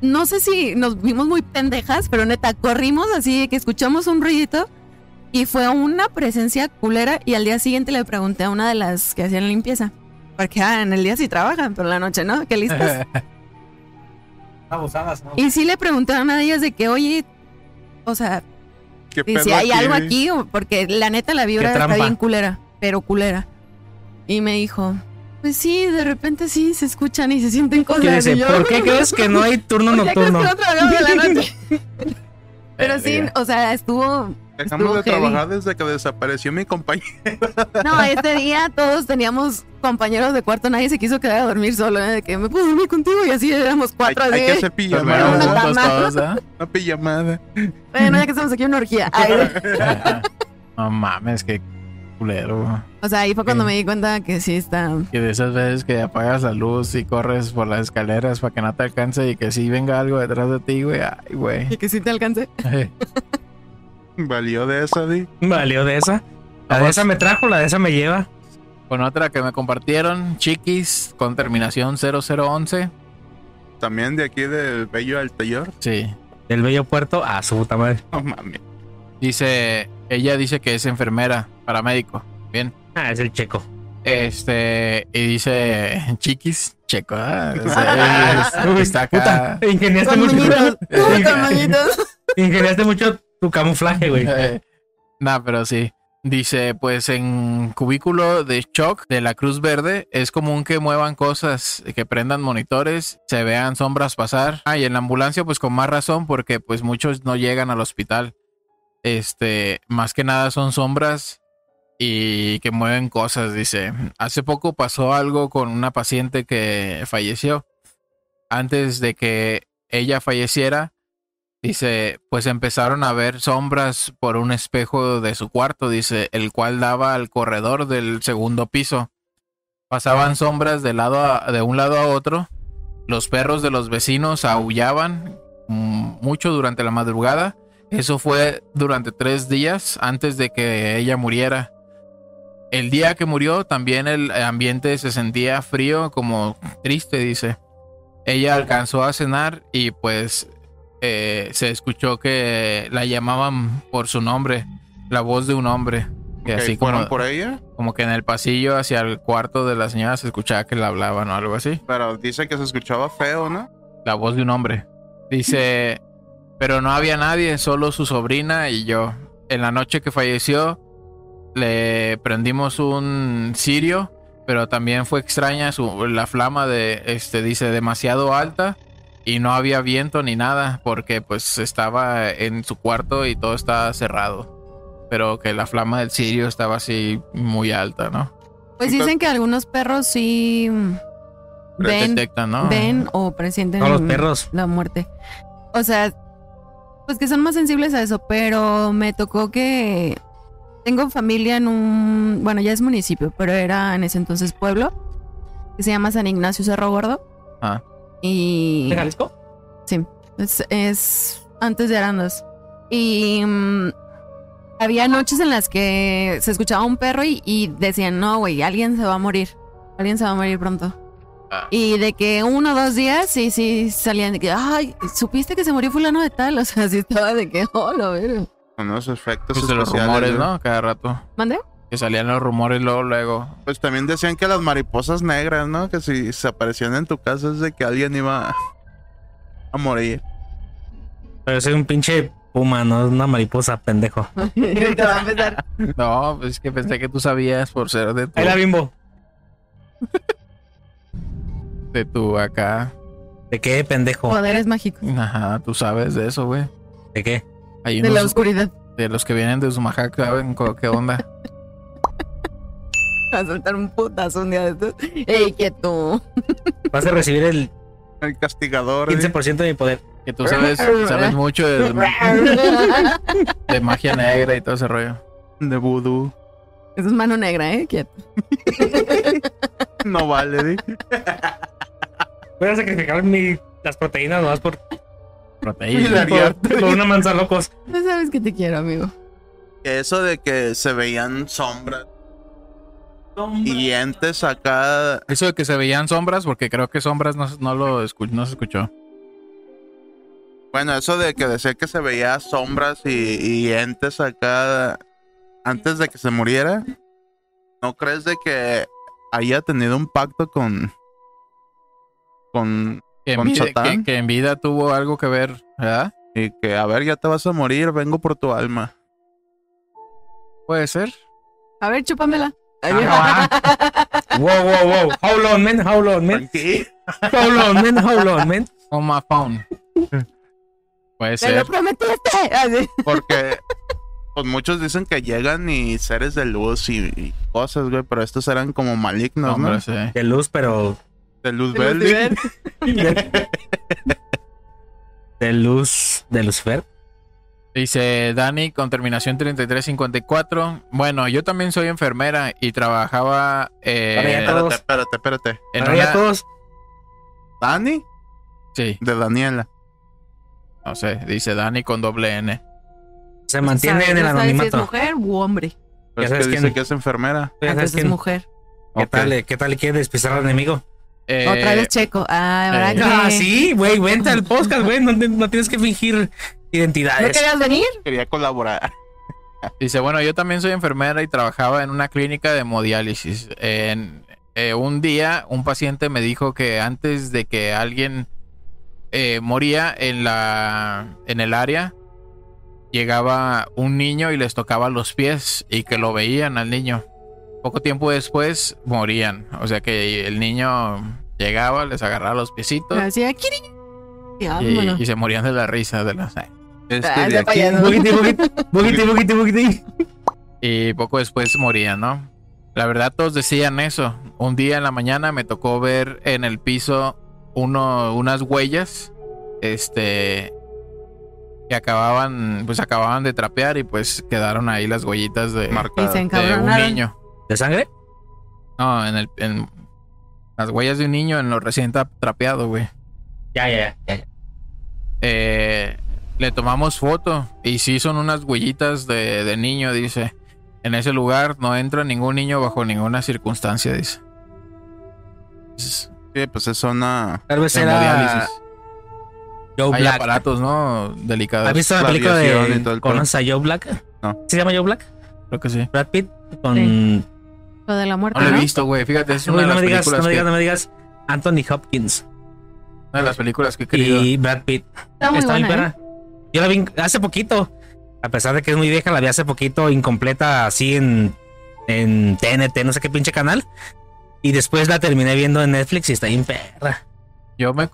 No sé si nos vimos muy pendejas, pero neta, corrimos así de que escuchamos un ruidito y fue una presencia culera. Y al día siguiente le pregunté a una de las que hacían limpieza. Porque ah, en el día sí trabajan, pero en la noche no, qué listas.
<laughs>
Abusadas, ¿no?
y sí le pregunté a una de ellas de que, oye, o sea,
¿Qué
si
pedo
hay algo
güey?
aquí, o- porque la neta la vibra está
trampa.
bien culera, pero culera. Y me dijo, pues sí, de repente sí se escuchan y se sienten
Que
cosas.
dice,
Y yo,
¿por qué crees
<laughs>
que no hay turno
"¿Por qué crees que
nocturno?
no trabajamos en la
<laughs>
noche?" Pero sí,
Verga.
o sea, estuvo
Dejamos
Estuvo
de
heavy.
trabajar desde que desapareció mi compañero.
No, este día todos teníamos compañeros de cuarto, nadie se quiso quedar a dormir solo, ¿eh? de que me puedo dormir contigo y así éramos
Hay,
cuatro, así.
hay que hacer
Dormieron
Una
pijamada.
juntos
cama.
todos, ¿ah?
Una pijamada.
Bueno, ya que estamos aquí una orgía. Ay,
<laughs>
Ajá. <laughs> No mames, qué culero. güey.
o sea, ahí fue cuando
Sí.
me di cuenta que sí está.
Y de esas veces que apagas la luz y corres por las escaleras para que no te alcance y que si venga algo detrás de ti, güey. Ay, güey.
Y que sí te alcancé.
Valió de esa, di.
Valió de esa. La de
Vamos.
esa me trajo, la de esa me lleva.
<laughs> Con otra que me compartieron, Chiquis, con terminación 0011.
También de aquí del Bello Altellor.
Sí.
Del bello puerto a su puta madre.
No mames.
Dice, ella dice que es enfermera, paramédico. Bien.
Ah, es el <laughs> checo.
Este, y dice, Chiquis, checo. <laughs> ah, es- es- está acá.
Puta, ingeniaste
Ah, Con
mucho. <laughs>
moñitos. Uy, <laughs> con Mm. moñitos.
ingeniaste mucho tu camuflaje, güey.
<laughs> Eh, nah, pero sí. Dice, pues en cubículo de shock de la Cruz Verde es común que muevan cosas, que prendan monitores, se vean sombras pasar. Ah, y en la ambulancia pues con más razón porque pues muchos no llegan al hospital. Este, más que nada son sombras y que mueven cosas, dice. Hace poco pasó algo con una paciente que falleció. Antes de que ella falleciera, Dice, pues empezaron a ver sombras por un espejo de su cuarto, dice, el cual daba al corredor del segundo piso. Pasaban sombras de, lado a- de un lado a otro. Los perros de los vecinos aullaban mm, mucho durante la madrugada. Eso fue durante tres días antes de que ella muriera. El día que murió también el ambiente se sentía frío, como triste, dice. Ella alcanzó a cenar y pues eh, se escuchó que la llamaban por su nombre, la voz de un hombre. Que
Ok,
así como,
fueron por ella,
como que en el pasillo hacia el cuarto de la señora se escuchaba que le hablaban o algo así.
pero dice que se escuchaba feo, ¿no?
La voz de un hombre. Dice, pero no había nadie, solo su sobrina y yo. En la noche que falleció, le prendimos un cirio, pero también fue extraña su, la flama de, este, dice, demasiado alta y no había viento ni nada, porque pues estaba en su cuarto y todo estaba cerrado. Pero que la flama del cirio estaba así muy alta, ¿no?
Pues dicen que algunos perros sí mm, ven,
Detectan, ¿no?
ven o presienten
No, los perros.
la muerte. O sea, pues que son más sensibles a eso, pero me tocó que tengo familia en un, bueno, ya es municipio, pero era en ese entonces pueblo, que se llama San Ignacio Cerro Gordo.
Ah.
Y
Jalisco?
es, es antes de Arandas. Y mm, había noches en las que se escuchaba un perro y, y decían, no, güey, alguien se va a morir. Alguien se va a morir pronto.
Ah.
Y de que uno o dos días, sí, sí, salían de que, ay, supiste que se murió fulano de tal. <laughs> O sea, sí estaba de que, oh, lo veo.
Con los efectos
Pues de los
especiales,
rumores,
güey.
¿no? Cada rato.
¿Mande?
Que salían los rumores luego, luego.
Pues también decían que las mariposas negras, ¿no? Que si se aparecían en tu casa es de que alguien iba a- a morir.
Pero soy un pinche puma, no es una mariposa, pendejo.
Y te va a empezar.
No, pues es que pensé que tú sabías por ser de tu,
Ahí la bimbo.
de tu acá.
¿De qué, pendejo?
Poderes mágicos.
Ajá, tú sabes de eso, güey.
¿De qué?
Hay
De
unos
la oscuridad. <laughs>
de los que vienen de Sumajac, ¿saben co- qué onda?
Va a soltar un putazo un día de estos. Ey, que <laughs> tú.
Vas a recibir el
El castigador. eh.
15% de mi poder.
Que tú
<laughs>
sabes, sabes mucho de, de magia negra y todo ese rollo.
de vudú.
Eso es mano negra, ¿eh? Quieto.
No vale, di.
Voy a sacrificar mi, las proteínas nomás por,
Y
Proteína.
la-
por, por una manzana locos.
Tú sabes que te quiero, amigo.
Que eso de que se veían sombras y entes acá.
Eso de que se veían sombras, porque creo que sombras no, no lo escu- no se escuchó.
Bueno, eso de que decía que se veía sombras y, y entes acá antes de que se muriera. ¿No crees de que haya tenido un pacto con. con.
Que en,
Con
vida,
Satán.
que- que en vida tuvo algo que ver, ¿verdad?
y que, a ver, ya te vas a morir, vengo por tu alma?
Puede ser.
A ver, chúpamela. Ay,
<laughs> Wow, wow, wow. How long, man? How long, man?
Tranquilo.
How long, man? How long, man?
On my phone. Puede
¡Me lo
ser.
prometiste! Ah, Así.
Porque. pues muchos dicen que llegan y seres de luz y, y cosas, güey, pero estos eran como malignos, ¿no?
Hombre, sí.
De luz, pero.
De
Pues
luz verde.
De, de luz. De Lucifer.
Dice Dani con terminación 3354. Bueno, yo también soy enfermera y trabajaba eh,
Ahora ya
Espérate, espérate, espérate.
en
Ahora ya
una-
todos.
¿Dani?
Sí,
De Daniela.
no sé, dice Dani con doble N.
Se mantiene
Sabes,
en el
no sabes Si es
anonimato. Pues
mujer u hombre.
Pues
Ya
que
sabes
dice
quién.
que es
Ya
enfermera.
sabes
Entonces es
quién-
mujer.
¿Qué
Ok.
tal? eh? ¿Qué tal quiere despisar al enemigo?
Eh,
Otra vez checo. Ah, ¿verdad
eh.
que?
Ah, sí, güey, vente al podcast, güey. No, te- no tienes que fingir
¿No
identidades.
querías venir?
Quería colaborar.
Dice, bueno, yo también soy enfermera y trabajaba en una clínica de hemodiálisis. En, eh, un día un paciente me dijo que antes de que alguien eh, moría en, la, en el área, llegaba un niño y les tocaba los pies y que lo veían al niño. Poco tiempo después morían. O sea que el niño llegaba, les agarraba los piecitos
Hacía kiri. Y
y,
Ah, vámonos.
y se morían de la risa. De la...
Este
Ah,
de
ese
aquí.
payaso.
Bugiti, bugiti, bugiti, bugiti, bugiti.
y poco después moría, ¿no? La verdad todos decían eso. Un día en la mañana me tocó ver en el piso uno, unas huellas, este, que acababan, pues acababan de trapear y pues quedaron ahí las huellitas ah, de,
Marcada.
Y se
de un
encabronaron.
niño.
¿De sangre?
No, en el, en las huellas de un niño en lo recién tra- trapeado, güey.
Ya, ya, ya. ya.
Eh, le tomamos foto y sí son unas huellitas de, de niño, dice. En ese lugar no entra ningún niño bajo ninguna circunstancia, dice. Es-
Sí, pues es zona.
Tal vez era
hemodiálisis.
Joe
Hay
Black.
aparatos, ¿no?
¿Has
Delicados.
visto la
la
película
aviación y todo
de
el
¿Conoces a Joe Black?
No.
¿Sí ¿Se llama Joe Black?
Creo que sí.
Brad Pitt con
Lo de la muerte.
No lo he
¿no?
visto, güey. Fíjate, es
Uy,
una de
no
las
me digas, no
películas
me digas,
que-
no me digas Anthony Hopkins
una de las películas que he querido.
y Brad Pitt.
Está muy
Está bien
buena. ¿eh?
perra. Yo la vi hace poquito. A pesar de que es muy vieja, la vi hace poquito incompleta así en, en TNT, no sé qué pinche canal. Y después la terminé viendo en Netflix y está bien perra.
Yo me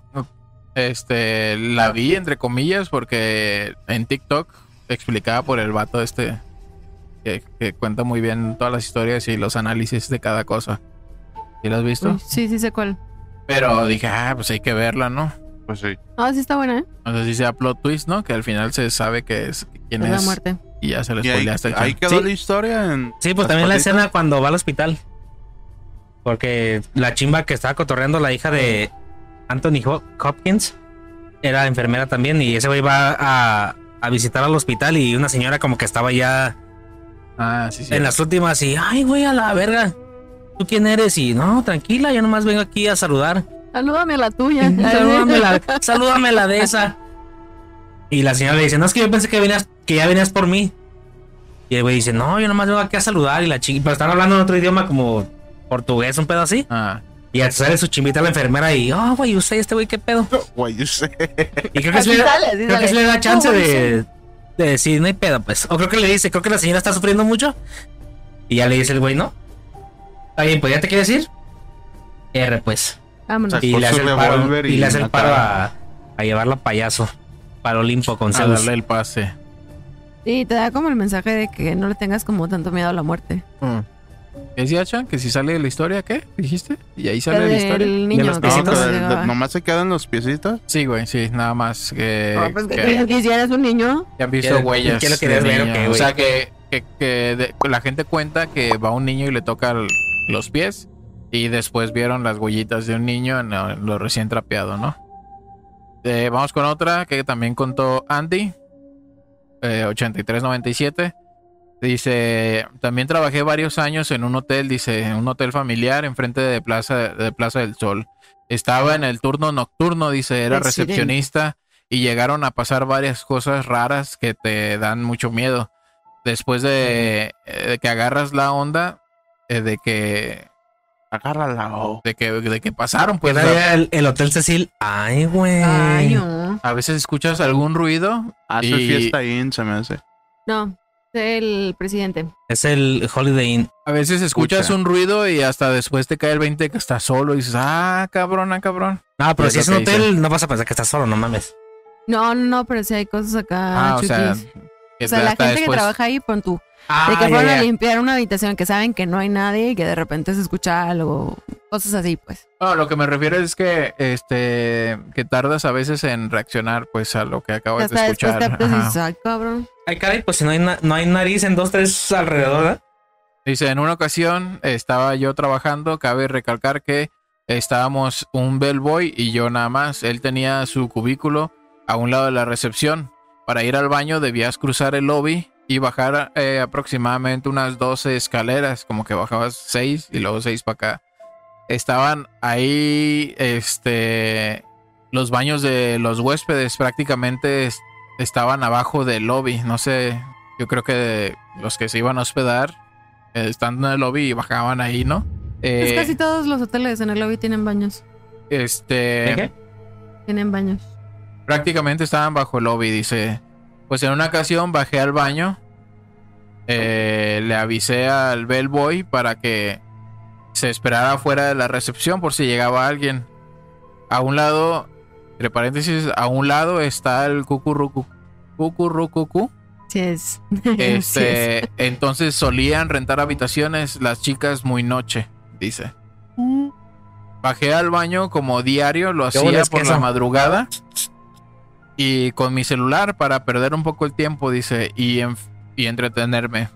este la vi entre comillas porque en TikTok explicaba por el vato este que, que cuenta muy bien todas las historias y los análisis de cada cosa. ¿Y lo has visto?
Uy, Sí, sí sé cuál.
Pero dije, ah, pues hay que verla, ¿no?
Pues sí.
Ah, sí está buena, ¿eh?
No sé si sea plot twist, ¿no? Que al final se sabe que es quién
Es la
es
muerte.
y ya se le
Y ahí,
spoileaste.
ahí quedó
Sí.
la historia en.
Sí, pues
las
también la
patitas.
escena cuando va al hospital. Porque la chimba que estaba cotorreando la hija de Anthony Ho- Hopkins era enfermera también. Y ese güey va a, a visitar al hospital y una señora como que estaba ya
Ah, sí, sí.
en las últimas y, ay, güey, a la verga. ¿Tú quién eres? Y no, tranquila, yo nomás vengo aquí a saludar.
Salúdame a la
<laughs>
tuya.
salúdame, la, salúdame la de esa. Y la señora le dice, no, es que yo pensé que venías, que ya venías por mí. Y el güey dice, no, yo nomás vengo aquí a saludar. Y la chica, pero están hablando en otro idioma como portugués, un pedo así.
Ah,
Y sale su chimbita la enfermera y, oh, güey, usted, este güey, qué pedo.
<laughs> Güey, yo sé.
Y creo que sí le da- creo que sí le da chance de, de decir, no hay pedo, pues. O creo que le dice, creo que la señora está sufriendo mucho. Y ya le dice el güey, no. Está bien, pues ya te quieres ir. R, pues.
Vámonos.
O sea,
Y
Por
le
su
hace el paro,
revólver
y
y
le hace el paro
matar.
a, a llevarla a payaso. Para Olimpo con
A
Zeus.
darle el pase.
Y te da como el mensaje de que no le tengas como tanto miedo a la muerte.
¿Qué decía Chan? ¿Que si sale de la historia qué? ¿Dijiste? ¿Y ahí sale
Pero
de la historia?
del niño.
De los
que
No,
se
piecitos.
pero
consigue, va.
nomás se quedan los piecitos.
Sí, güey, sí, nada más que,
No, pues,
que-
¿qué quisieras un niño?
que han visto
¿Qué-
huellas.
qué lo
de
querías ver o
niño.
qué,
o
güey?
sea, que, que- que de- la gente cuenta que va un niño y le toca el- los pies y después vieron las huellitas de un niño en lo, en lo recién trapeado, ¿no? Eh, vamos con otra que también contó Andy, eh, 8397. Dice, también trabajé varios años en un hotel, dice, en un hotel familiar enfrente de Plaza, de Plaza del Sol. Estaba en el turno nocturno, dice, era
El sireno.
recepcionista y llegaron a pasar varias cosas raras que te dan mucho miedo. Después de, eh, de que agarras la onda, eh, de que,
Agárrala. oh.
de que, de que pasaron, pues.
Pues
o sea,
el, el Hotel Cecil. Ay,
Eh.
güey.
Ay, no.
a veces escuchas algún ruido
Hace
y
fiesta in, se me hace.
No, es el presidente.
Es el Holiday Inn.
a veces escuchas
Escucha.
un ruido y hasta después te cae el 20 que estás solo y dices, ah, cabrón, ah, cabrón.
No, pero
Es
si
lo
es un
que
hotel, no vas a pensar que estás solo, no mames.
No, no, no, pero sí hay cosas acá.
Ah, o sea,
chukis.
que
O sea, la
hasta
gente que
después-
trabaja ahí, pon tú.
Ah,
de que
ya,
fueron
ya.
a limpiar una habitación que saben que no hay nadie y que de repente se escucha algo. Cosas así, pues.
No, lo que me refiero es que este que tardas a veces en reaccionar pues a lo que acabas
Hasta
de
después
escuchar.
te aptas y
Ajá.
dices, "Ay, cabrón.
Ay, caray, pues si no hay, na- no hay nariz en dos, tres alrededor, ¿verdad?
Dice, en una ocasión estaba yo trabajando, cabe recalcar que estábamos un bellboy y yo nada más. Él tenía su cubículo a un lado de la recepción. Para ir al baño debías cruzar el lobby y bajar eh, aproximadamente unas 12 escaleras, como que bajabas 6 y luego 6 para acá. Estaban ahí este los baños de los huéspedes prácticamente es- estaban abajo del lobby, no sé, yo creo que los que se iban a hospedar eh, estando en el lobby y bajaban ahí, ¿no?
Es
Eh,
casi todos los hoteles en el lobby tienen baños.
este,
¿Qué?
Tienen baños.
prácticamente estaban bajo el lobby, dice. Pues en una ocasión bajé al baño, eh, le avisé al bellboy para que se esperara fuera de la recepción por si llegaba alguien. A un lado, entre paréntesis, a un lado está el cucurrucu, cucurrucucú.
Sí es. <laughs> Sí es.
Este, entonces solían rentar habitaciones las chicas muy noche, dice. Bajé al baño como diario, lo
bueno
hacía
es que
por la
eso.
madrugada y con mi celular para perder un poco el tiempo, dice, y, en- y entretenerme.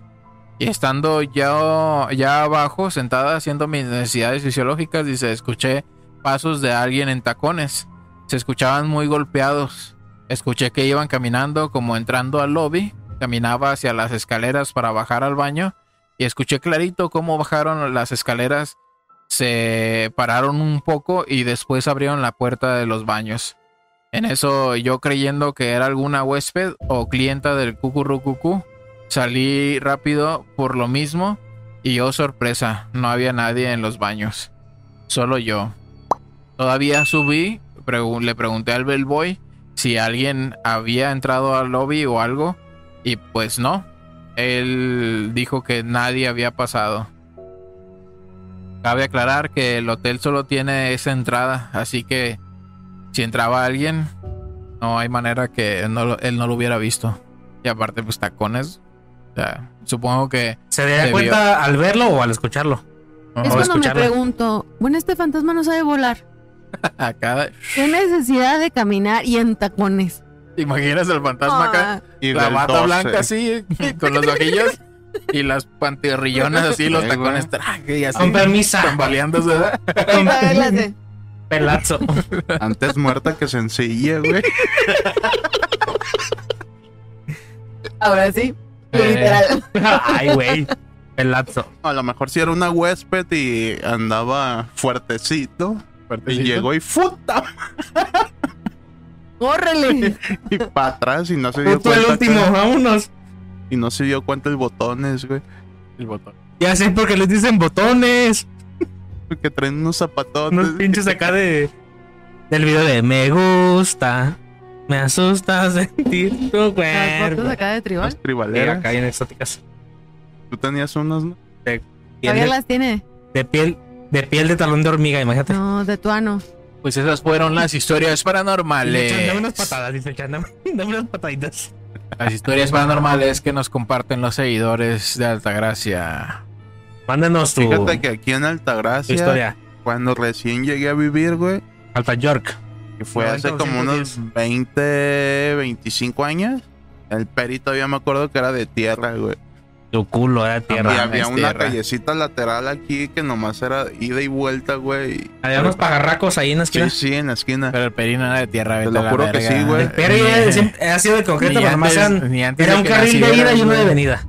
Y estando ya, ya abajo, sentada haciendo mis necesidades fisiológicas, dice, escuché pasos de alguien en tacones. Se escuchaban muy golpeados. Escuché que iban caminando como entrando al lobby. Caminaba hacia las escaleras para bajar al baño. Y escuché clarito cómo bajaron las escaleras. Se pararon un poco y después abrieron la puerta de los baños. En eso yo creyendo que era alguna huésped o clienta del cucurrucucú, salí rápido por lo mismo y yo sorpresa, no había nadie en los baños, solo yo. Todavía subí, pregu- le pregunté al bellboy si alguien había entrado al lobby o algo y pues no. Él dijo que nadie había pasado. Cabe aclarar que el hotel solo tiene esa entrada, así que si entraba alguien, no hay manera que no lo- él no lo hubiera visto. Y aparte, pues tacones. o sea, supongo que
¿Se daría
Se
cuenta al verlo o al escucharlo?
Es
O
cuando me
escucharlo.
pregunto, bueno, este fantasma no sabe volar.
<laughs> acá.
¿Qué necesidad de caminar y en tacones?
¿Te imaginas el fantasma
Ah.
acá?
Y
la
del eh.
bata
12.
blanca así, con los ojillos y las pantirrillonas así, los
Ahí,
tacones
güey.
traje y así.
Con permisa.
Tambaleándose, ¿verdad?
Ah, <laughs>
<laughs> Pelazo.
<laughs> Antes muerta que sencilla, güey.
Ahora sí.
Eh,
Literal.
<laughs> Ay, güey. Pelazo.
A lo mejor si era una huésped y andaba fuertecito. Y llegó y ¡futa!
<laughs> ¡Córrele!
<laughs> Y para atrás y no se dio
Justo el
cuenta.
último,
acá.
vámonos.
Y no se dio cuenta el botones, güey.
el botón.
Ya sé por qué les dicen botones.
Porque traen unos zapatones.
Unos pinches acá de. Del video de me gusta. Me asusta sentir tu
Las fotos
cuerpo.
acá de tribal.
Las
Sí,
tribaleras.
acá bien exóticas.
Tú tenías unos, ¿no?
Piel
Todavía
de,
las tiene.
de piel, de piel de talón de hormiga, imagínate.
No, de tuano.
Pues esas fueron las historias
Dice, "Chan,
paranormales.
Dame unas patadas, dice Chan, dame, <laughs> dame unas pataditas.
Las historias paranormales que nos comparten los seguidores de Altagracia.
Mándanos tu,
Fíjate que aquí en
tu
Altagracia,
historia.
cuando recién llegué a vivir, güey,
Alta York.
que fue hace
90 o
como unos 20, 25 años, el Peri todavía me acuerdo que era de tierra, güey.
Tu culo era
Y
tierra.
Mames,
había una
tierra.
callecita lateral aquí que nomás era ida y vuelta, güey.
Había unos pagarracos ahí en la esquina.
Sí, sí, en la esquina.
Pero el perino era de tierra,
Te
vete
lo
a la
juro que
verga.
sí, güey.
Pero ya siempre- ha sido de concreto,
Ni
pero nomás
antes-
eran-
ni antes
era
de
un
que
carril de ida
nacieras,
y uno de
güey.
venida.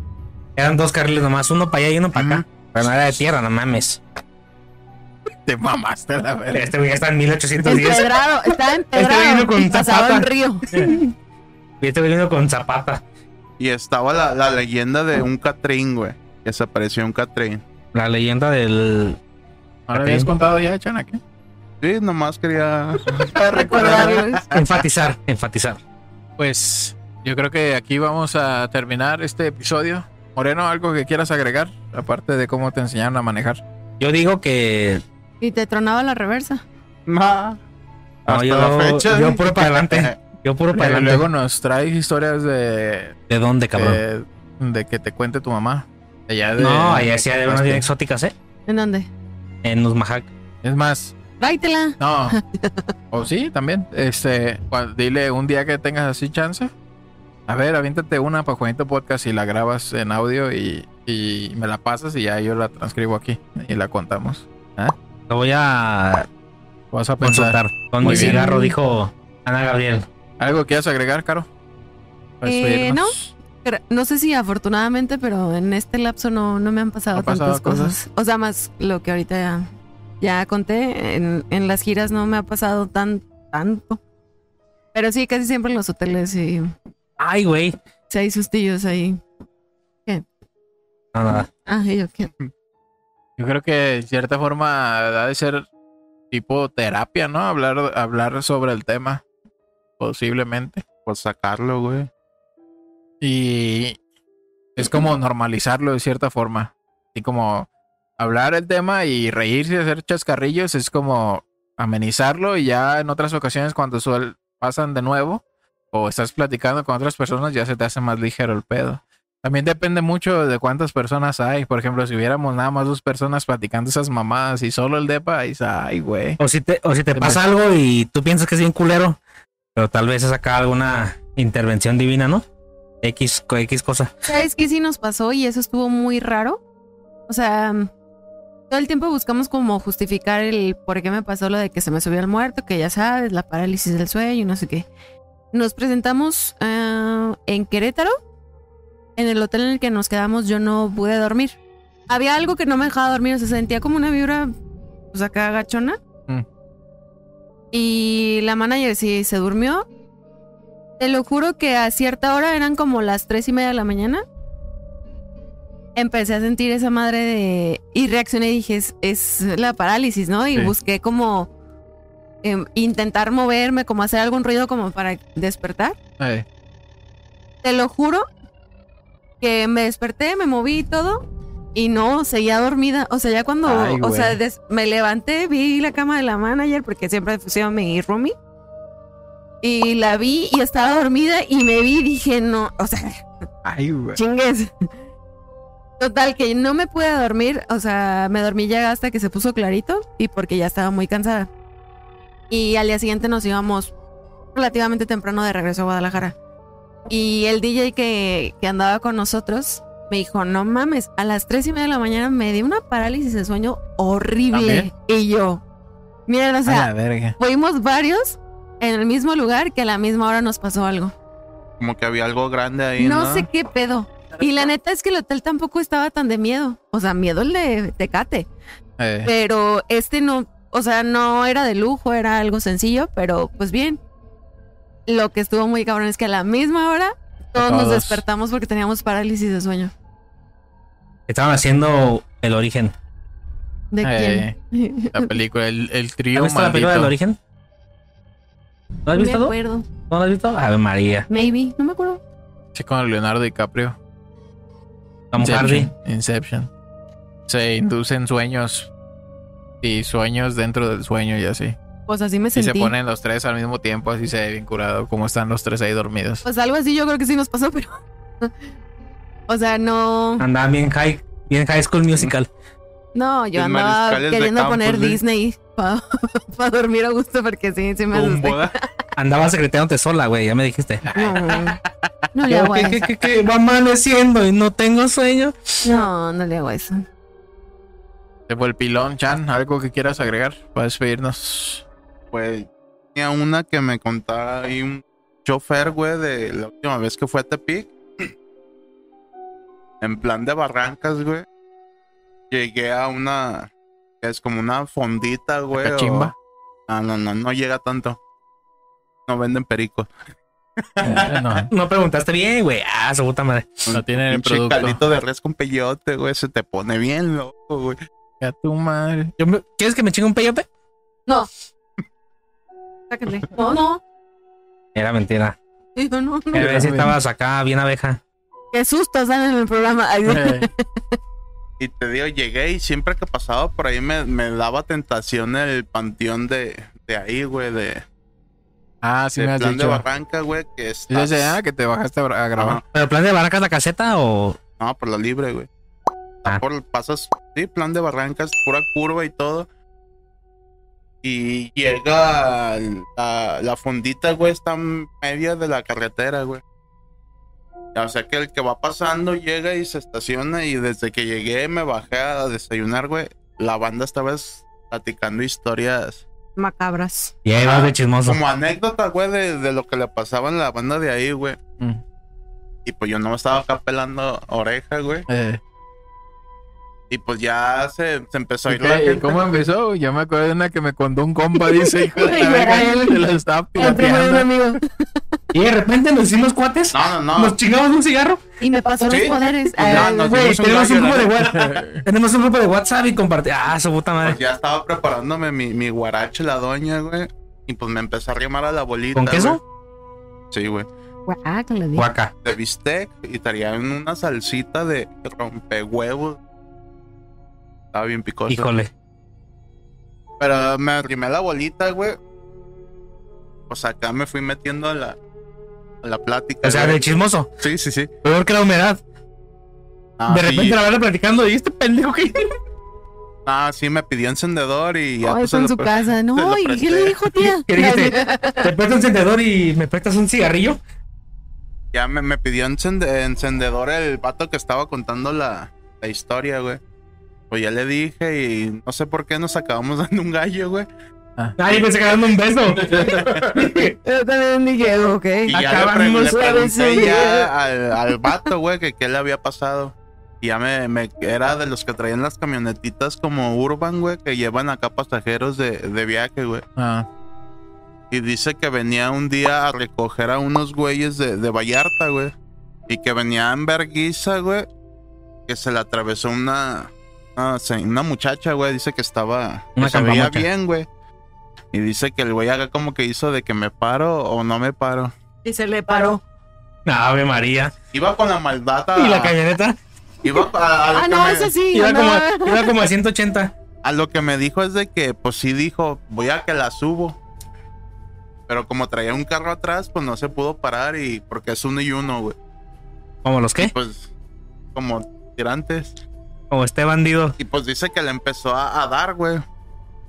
Eran dos carriles nomás, uno para allá y uno para acá. Pero no era de tierra, no mames.
Te mamaste a la verga.
Este güey está en 1810.
Empedrado. Está empedrado.
vino con
pasado
zapata.
en río.
Y este güey vino con zapata.
Y estaba la, la leyenda de un Catrín, güey. Desapareció un Catrín.
La leyenda del.
¿Ahora habías contado ya, Chana? ¿qué?
Sí, nomás quería. <laughs>
Recordarles.
Ah, Enfatizar, enfatizar.
Pues yo creo que aquí vamos a terminar este episodio. Moreno, ¿algo que quieras agregar? Aparte de cómo te enseñaron a manejar.
Yo digo que.
Y te tronaba la reversa.
Nah.
no,
Hasta
yo,
la fecha.
yo puro para adelante. Yo puro para
Pero
adelante.
luego nos traes historias de,
¿De dónde, cabrón?
de, de que te cuente tu mamá. Allá de-
no, allá sí hay unas bien
Este.
exóticas, ¿eh?
¿En dónde?
En Uzmajac.
Es más,
Tráetela. <laughs>
No. o sí, también. Este, cua- dile un día que tengas así chance. A ver, aviéntate una para Juanito Podcast y la grabas en audio y, y me la pasas y ya yo la transcribo aquí y la contamos.
Lo voy a
Vas a pensar.
consultar. Con
Muy
mi
bien.
cigarro, dijo Ana Gabriel.
¿Algo que quieras agregar, Caro? Para
Eh,
despedirnos.
Pero No sé si afortunadamente, pero en este lapso no, no me han pasado
¿Han pasado
tantas cosas. O sea, más lo que ahorita ya, ya conté. En, en las giras no me ha pasado tan tanto. Pero sí, casi siempre en los hoteles y
Ay, güey.
sí hay sustillos ahí.
No, nada.
Ah, y yo qué.
Yo creo que en cierta forma ha de ser tipo terapia, ¿no? Hablar, hablar sobre el tema, posiblemente.
Pues sacarlo, güey.
Y es como normalizarlo de cierta forma. Y como hablar el tema y reírse, hacer chascarrillos, es como amenizarlo y ya en otras ocasiones cuando suel pasan de nuevo o estás platicando con otras personas ya se te hace más ligero el pedo. También depende mucho de cuántas personas hay. Por ejemplo, si hubiéramos nada más dos personas platicando esas mamadas y solo el depa, ahí está, ay, güey.
O si te, o si te
Se
pasa algo y tú piensas que es bien culero, pero tal vez es acá alguna intervención divina, ¿no? X, co- X cosa.
¿Sabes qué sí nos pasó? Y eso estuvo muy raro. O sea, todo el tiempo buscamos como justificar el por qué me pasó lo de que se me subió el muerto, que ya sabes, la parálisis del sueño y no sé qué. Nos presentamos ah, en Querétaro, en el hotel en el que nos quedamos, yo no pude dormir. Había algo que no me dejaba dormir, o sea, sentía como una vibra, pues acá gachona.
Mm.
Y la manager sí se durmió. Te lo juro que a cierta hora eran como las tres y media de la mañana empecé a sentir esa madre de. Y reaccioné y dije, es, es la parálisis, ¿no? Y
Sí.
busqué como em, intentar moverme, como hacer algún ruido como para despertar.
Eh,
Te lo juro que me desperté, me moví y todo. Y no, seguía dormida. O sea, ya cuando
Ay,
o sea,
güey.
des- me levanté, vi la cama de la manager porque siempre fusión mi roomie. Y la vi y estaba dormida y me vi y dije, no, o sea,
ay, güey.
chingues. Total, que no me pude dormir, o sea, me dormí ya hasta que se puso clarito y porque ya estaba muy cansada. Y al día siguiente nos íbamos relativamente temprano de regreso a Guadalajara. Y el DJ que, que andaba con nosotros me dijo, no mames, a las tres y media de la mañana me dio una parálisis de sueño horrible. Y yo, miren, o sea,
a la verga.
fuimos varios en el mismo lugar que a la misma hora nos pasó algo.
Como que había algo grande ahí, ¿no?
No sé qué pedo. Y la neta es que el hotel tampoco estaba tan de miedo. O sea, miedo el de Tecate.
Eh,
Pero este no, o sea, no era de lujo, era algo sencillo, pero pues bien. Lo que estuvo muy cabrón es que a la misma hora todos, nos
Todos.
despertamos porque teníamos parálisis de sueño.
Estaban haciendo el origen.
¿De
eh,
quién?
la película, el, el
¿Has
trío
visto la película del
maldito.
origen? ¿No <laughs> has
me
visto? ¿No
acuerdo.
¿No lo has visto? Ave María.
Maybe. No me acuerdo.
Sí, con Leonardo DiCaprio.
Vamos, Hardy.
Inception. Inception. Se inducen sueños. Y sueños dentro del sueño y así.
Pues así me
Y se
sentí.
ponen los tres al mismo tiempo, así se ve bien curado. Como están los tres ahí dormidos.
Pues algo así yo creo que sí nos pasó, <laughs> pero. o sea, no.
Andaban bien high, bien high school musical.
No, yo
Los
andaba
mariscales de ¿eh?
queriendo
campo,
poner
sí.
Disney <laughs> para dormir a gusto porque sí, sí me
<laughs> Con
asusté.
boda. Ah,
Andaba secreteándote sola, güey, ya me dijiste.
No, no
<laughs>
le
Yo,
hago a
¿qué, qué,
eso.
qué, qué? Va amaneciendo y no tengo sueño.
No, no le hago a eso.
Se fue el pilón, Chan. ¿Algo que quieras agregar para despedirnos?
Pues tenía una que me contaba ahí un chofer, güey, de la última vez que fue a Tepic. <clears throat> En plan de barrancas, güey. Llegué a una. que Es como una fondita, güey. o-
Cachimba.
No, no, no, no llega tanto. No venden perico.
Eh, no,
No preguntaste bien, güey. Ah, su puta madre.
<laughs> no tiene el
Pinche
producto.
caldito de res con peyote, güey. Se te pone bien loco, güey.
A tu madre.
<laughs> Yo me- ¿Quieres que me chingue un peyote?
Sáquenle. <laughs> No, no.
Era mentira.
Digo, no, no.
Eh.
Pero si estabas acá bien abeja.
Qué susto salen en el programa. Ay,
Eh,
Y te digo, llegué y siempre que pasaba por ahí me, me daba tentación el panteón de, de ahí, güey. De,
ah, sí
de
me has
plan de
dicho.
barranca, güey. Que es.
Yo sé, ah, que te bajaste a bra- a grabar.
Ajá.
¿Pero plan de barracas la caseta o
No, por la libre, güey. Está
Ah.
Por, pasas, sí, plan de barrancas, pura curva y todo. Y llega la, la fondita, güey, está en medio de la carretera, güey. O sea que el que va pasando llega y se estaciona y desde que llegué me bajé a desayunar, güey. La banda estaba es- platicando historias.
Macabras.
y ahí vas de chismoso?
Como anécdota, güey, de, de lo que le pasaba en la banda de ahí, güey.
Mm.
Y pues yo no me estaba acá pelando oreja, güey.
Eh,
Y pues ya se, se empezó a ir
¿y
la
qué-
gente.
¿Cómo empezó? Yo me acuerdo de una que me contó un compa, dice, hijo de
Güey,
la
era
verga,
él.
se la estaba
El primo de un
pirateando.
amigo.
Y de repente nos hicimos cuates,
No, no, no.
nos chingamos un cigarro.
Y me pasó los
Sí.
poderes.
Ya,
Ay,
nos
Güey,
dimos un
tenemos un
gallo,
grupo
la
de WhatsApp. <laughs> Tenemos un grupo de WhatsApp y compartir. Ah, su puta
Pues
madre.
ya estaba preparándome mi, mi guarache, la doña, güey. Y pues me empezó a remar a la bolita.
¿Con queso?
güey. Sí, güey.
guácala, di.
Guaca.
De bistec y traían una salsita de rompehuevos. Estaba bien picoso.
Híjole.
Pero me arrimé la bolita, güey. Pues acá me fui metiendo a la, a la plática.
O sea,
güey.
de chismoso.
Sí, sí, sí.
Peor que la humedad.
Ah,
de
sí.
repente la verdad platicando y este pendejo que.
Ah, sí, me pidió encendedor y ya
Ay,
pues,
fue en
se
su
lo-
casa.
se lo
No, ¿y qué
presté.
le dijo, tía?
¿Qué dijiste? <laughs> ¿Te prestas un encendedor y me prestas un cigarrillo?
Ya me, me pidió encende- encendedor el vato que estaba contando la, la historia, güey. Pues ya le dije y no sé por qué nos acabamos <laughs> dando un gallo, güey.
Ay, me está dando un beso. <laughs>
Yo también dije, ok.
Y ya le, pre-
Acabamos
le
de
pregunté
decir.
ya al, al vato, güey, que qué le había pasado. Y ya me, me- era de los que traían las camionetitas como Urban, güey, que llevan acá pasajeros de, de viaje, güey.
Ah,
Y dice que venía un día a recoger a unos güeyes de, de Vallarta, güey. Y que venía en verguiza, güey. Que se le atravesó una, una, se- una muchacha, güey. Dice que estaba.
Una
que se veía
campamucha.
bien, güey. Y dice que el güey haga como que hizo de que me paro o no me paro.
Y se le paró.
Ave María.
Iba con la maldad a.
Y la camioneta
Iba a, a lo
Ah,
que
no,
me-
eso sí.
iba como,
andaba-
iba como a 180.
a lo que me dijo es de que, pues sí dijo, voy a que la subo. Pero como traía un carro atrás, pues no se pudo parar y porque es uno y uno, güey.
Como los
Y
que?
pues, como tirantes.
Como este bandido.
Y pues dice que le empezó a, a dar, güey.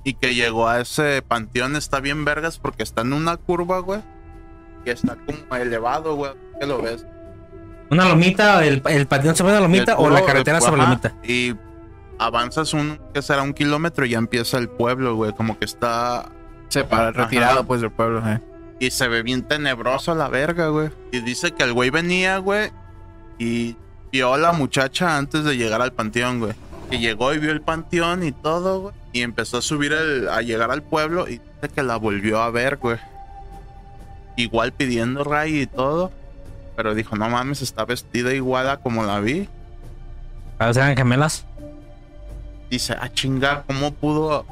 Y que llegó a ese panteón, está bien vergas, porque está en una curva, güey. Que está como elevado, güey. Que lo ves.
Una lomita, el, el patinón sobre una
Y
lomita
el
o la
puro-
carretera
el-
sobre la
ajá,
lomita.
Y avanzas un, que será un kilómetro y ya empieza el pueblo, güey. Como que está...
se para,
Ajá.
retirado pues del pueblo. eh.
Y se ve bien tenebroso la verga, güey. Y dice que el güey venía, güey. Y vio a la muchacha antes de llegar al panteón, güey. Que llegó y vio el panteón y todo, güey. Y empezó a subir el, a llegar al pueblo y dice que la volvió a ver, güey. Igual pidiendo ray y todo. Pero dijo, no mames, está vestida igual a como la vi.
A ver, eran gemelas.
Dice, ah, chinga, ¿cómo "Ah, pudo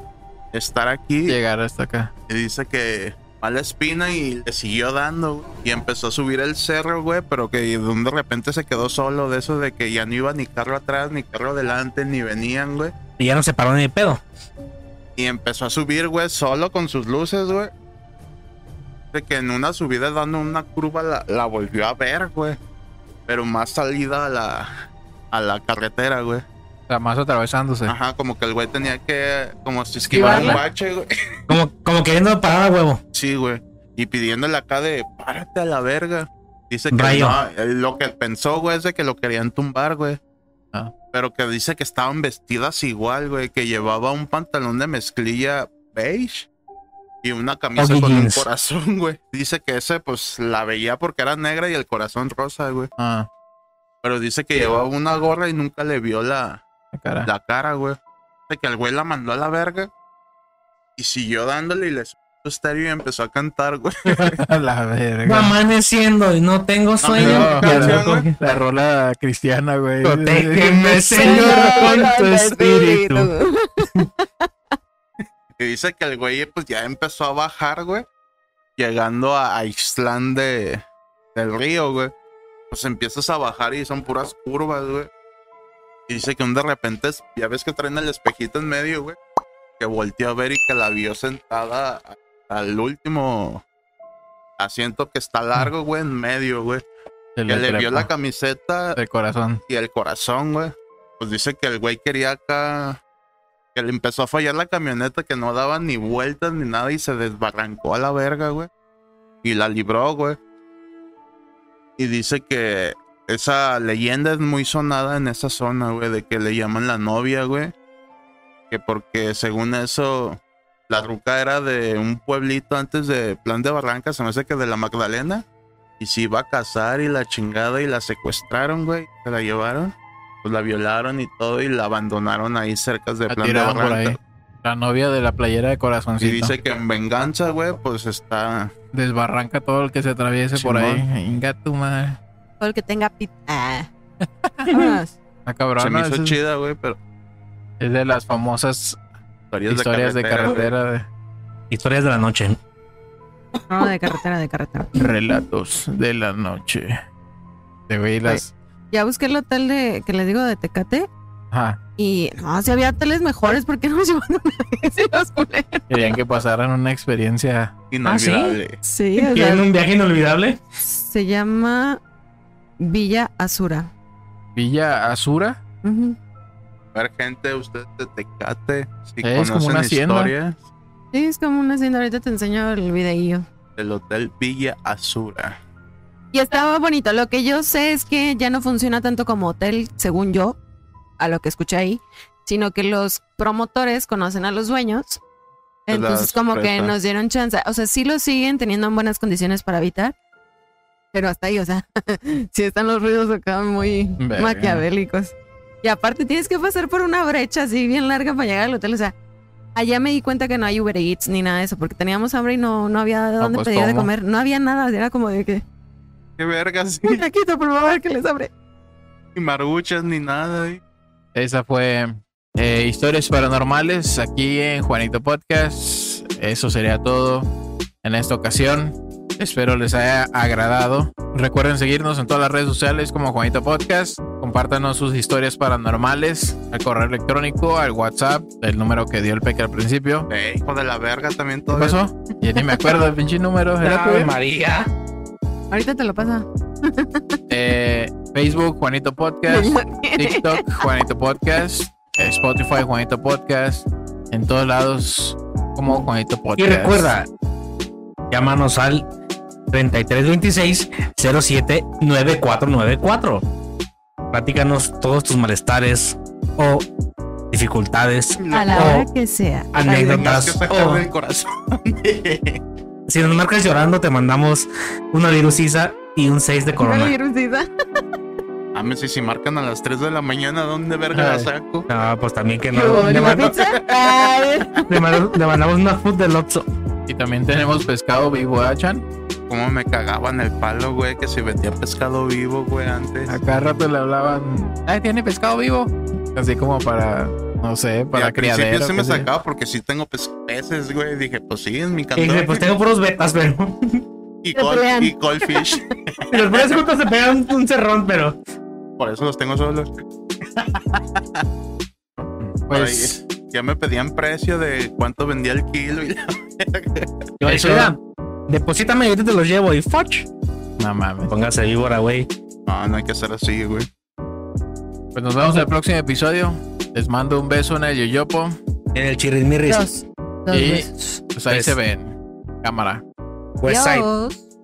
estar aquí?
Llegar hasta acá.
Y dice que mala espina y le siguió dando. güey. Y empezó a subir el cerro, güey, pero que de un de repente se quedó solo de eso de que ya no iba ni carro atrás, ni carro adelante, ni venían, güey.
Y ya no se paró ni de pedo.
Y empezó a subir, güey, solo con sus luces, güey. De que en una subida dando una curva la, la volvió a ver, güey. Pero más salida a la, a la carretera, güey.
La más atravesándose.
Ajá, como que el güey tenía que, como si esquivar un
Esquivarla.
bache, güey.
Como, como queriendo parar a huevo.
Sí, güey. Y pidiéndole acá de párate a la verga. Dice que
Rayo.
no, eh, lo que pensó, güey, es de que lo querían tumbar, güey.
Ah.
Pero que dice que estaban vestidas igual, güey, que llevaba un pantalón de mezclilla beige y una camisa
Baggy
con un
jeans.
corazón, <laughs> güey. Dice que ese, pues, la veía porque era negra y el corazón rosa, güey.
Ah,
Pero dice que llevaba una gorra y nunca le vio la,
la cara.
la cara, güey. De que el güey la mandó a la verga. Y siguió dándole y le subió su estéreo y empezó a cantar, güey.
<laughs> La
Va
verga.
amaneciendo y no tengo sueño.
No, la,
canción, güey.
la rola cristiana, güey. <laughs>
Protégeme, Señor, con tu espíritu.
Y dice que el güey pues ya empezó a bajar, güey. Llegando a, a Islán de- del río, güey. Pues empiezas a bajar y son puras curvas, güey. Y dice que un de repente, es- ya ves que traen el espejito en medio, güey. Que volteó a ver y que la vio sentada a- al último asiento que está largo, güey, en medio, güey.
Se
Que le vio
trepó
la camiseta
de corazón.
y el corazón, güey. Pues dice que el güey quería acá. Que le empezó a fallar la camioneta, que no daba ni vueltas ni nada y se desbarrancó a la verga, güey. Y la libró, güey. Y dice que esa leyenda es muy sonada en esa zona, güey, de que le llaman la novia, güey. Que porque según eso, la ruca era de un pueblito antes de Plan de Barranca, se me hace que de la Magdalena. Y se iba a casar y la chingada y la secuestraron, güey. Se la llevaron. Pues la violaron y todo y la abandonaron ahí cerca de
La
Plan de
tiraron por ahí.
Barranca.
La novia de la playera de
Y
corazoncito.
dice que en venganza, güey, pues está...
Desbarranca todo el que se atraviese por ahí.
Simón.
Inga tu madre.
Todo el que tenga pita. <laughs> Ah. Vámonos.
La cabrona
se me
es,
hizo chida, güey, pero...
es de las famosas
Historias,
historias de carretera,
Historias de la noche.
No, de carretera, de carretera.
de relatos de la noche. Te güey las.
Ya busqué el hotel de, que les digo de Tecate.
Ajá.
Y no, si había hoteles mejores, ¿por qué no <laughs> nos llevaron a ese los culeros?
Querían que pasaran una experiencia.
Inolvidable.
Sí, o sea,
¿Quieren un viaje inolvidable?
se llama Villa Azura.
Villa Azura.
Ujú.
A ver, gente, ustedes de Tecate, si
Es como
conocen
una hacienda.
historias
Sí, es como una hacienda. Ahorita te enseño el videillo.
del Hotel Villa Azura.
Y estaba bonito. Lo que yo sé es que ya no funciona tanto como hotel, según yo, a lo que escuché ahí, sino que los promotores conocen a los dueños.
Te
Entonces
las
como que
prestan.
nos dieron chance. O sea, sí lo siguen teniendo en buenas condiciones para habitar. Pero hasta ahí, o sea, <laughs> sí están los ruidos acá muy
Verga.
maquiavélicos. Y aparte tienes que pasar por una brecha así bien larga para llegar al hotel. O sea, allá me di cuenta que no hay Uber Eats ni nada de eso, porque teníamos hambre y no, no había de dónde
pues,
pedir de
¿cómo?
comer. No había nada, era como de que...
Qué vergas,
Un taquito, por favor, que les abre.
ni maruchas, ni nada. ¿eh?
Esa fue eh, Historias Paranormales aquí en Juanito Podcast. Eso sería todo en esta ocasión. Espero les haya agradado. Recuerden seguirnos en todas las redes sociales como Juanito Podcast. Compártanos sus historias paranormales al correo electrónico, al WhatsApp, el número que dio el Peque al principio.
Eh, hijo de la verga también
¿Qué
todo.
pasó? Ya ni me acuerdo el pinche número. ¿Era
Ave
tuyo?
María.
Ahorita te lo pasa.
Eh, Facebook, Juanito Podcast. TikTok, Juanito Podcast. eh, Spotify, Juanito Podcast. En todos lados, como Juanito Podcast.
Y recuerda, llámanos al 3326 07 9494. Platícanos todos tus malestares o dificultades.
A la
Oh.
hora que sea.
Más que
Anécdotas.
sacar
o-
del corazón.
si nos marcas llorando, te mandamos una virusiza y un 6 de corona.
Virusita.
Mames, y Ah, si marcan a las 3 de la mañana, ¿dónde verga la
Ay.
saco?
No, pues también que
¿Qué
no.
hubo,
Le,
la
mando-
pizza? <laughs> Ay,
le mando- le mandamos una food del Oxxo.
Y también tenemos pescado vivo, ¿eh, Chan?
Cómo me cagaban el palo, güey, que si vendía pescado
Ah,
vivo, güey, antes.
A cada rato le hablaban, ¡ay, tiene pescado vivo! Así como para No sé,
Y
para
al principio
criadero.
se me
qué sé yo.
sacaba porque sí tengo pes- peces, güey. Dije, pues sí, es mi
Y dije,
cantón.
pues tengo puros betas, pero.
<laughs> Y,
Se
col,
pelean.
y Goldfish.
Y los puros juntos se pegan un, un cerrón, pero.
Por eso los tengo solos.
Pues,
Ya me pedían precio de cuánto vendía el kilo. Y <laughs> la-
Yo
Eso.
eso era. Deposítame y ahorita te los llevo y foch.
no mames.
Póngase víbora, güey.
No, no hay que hacer así, güey.
Pues nos vemos en el próximo episodio. Les mando un beso en el yoyopo.
En el chirrismirris.
Dos. Dos
Y-
besos.
Pues ahí
Pues-
se ven. Cámara.
West Side.
Dios.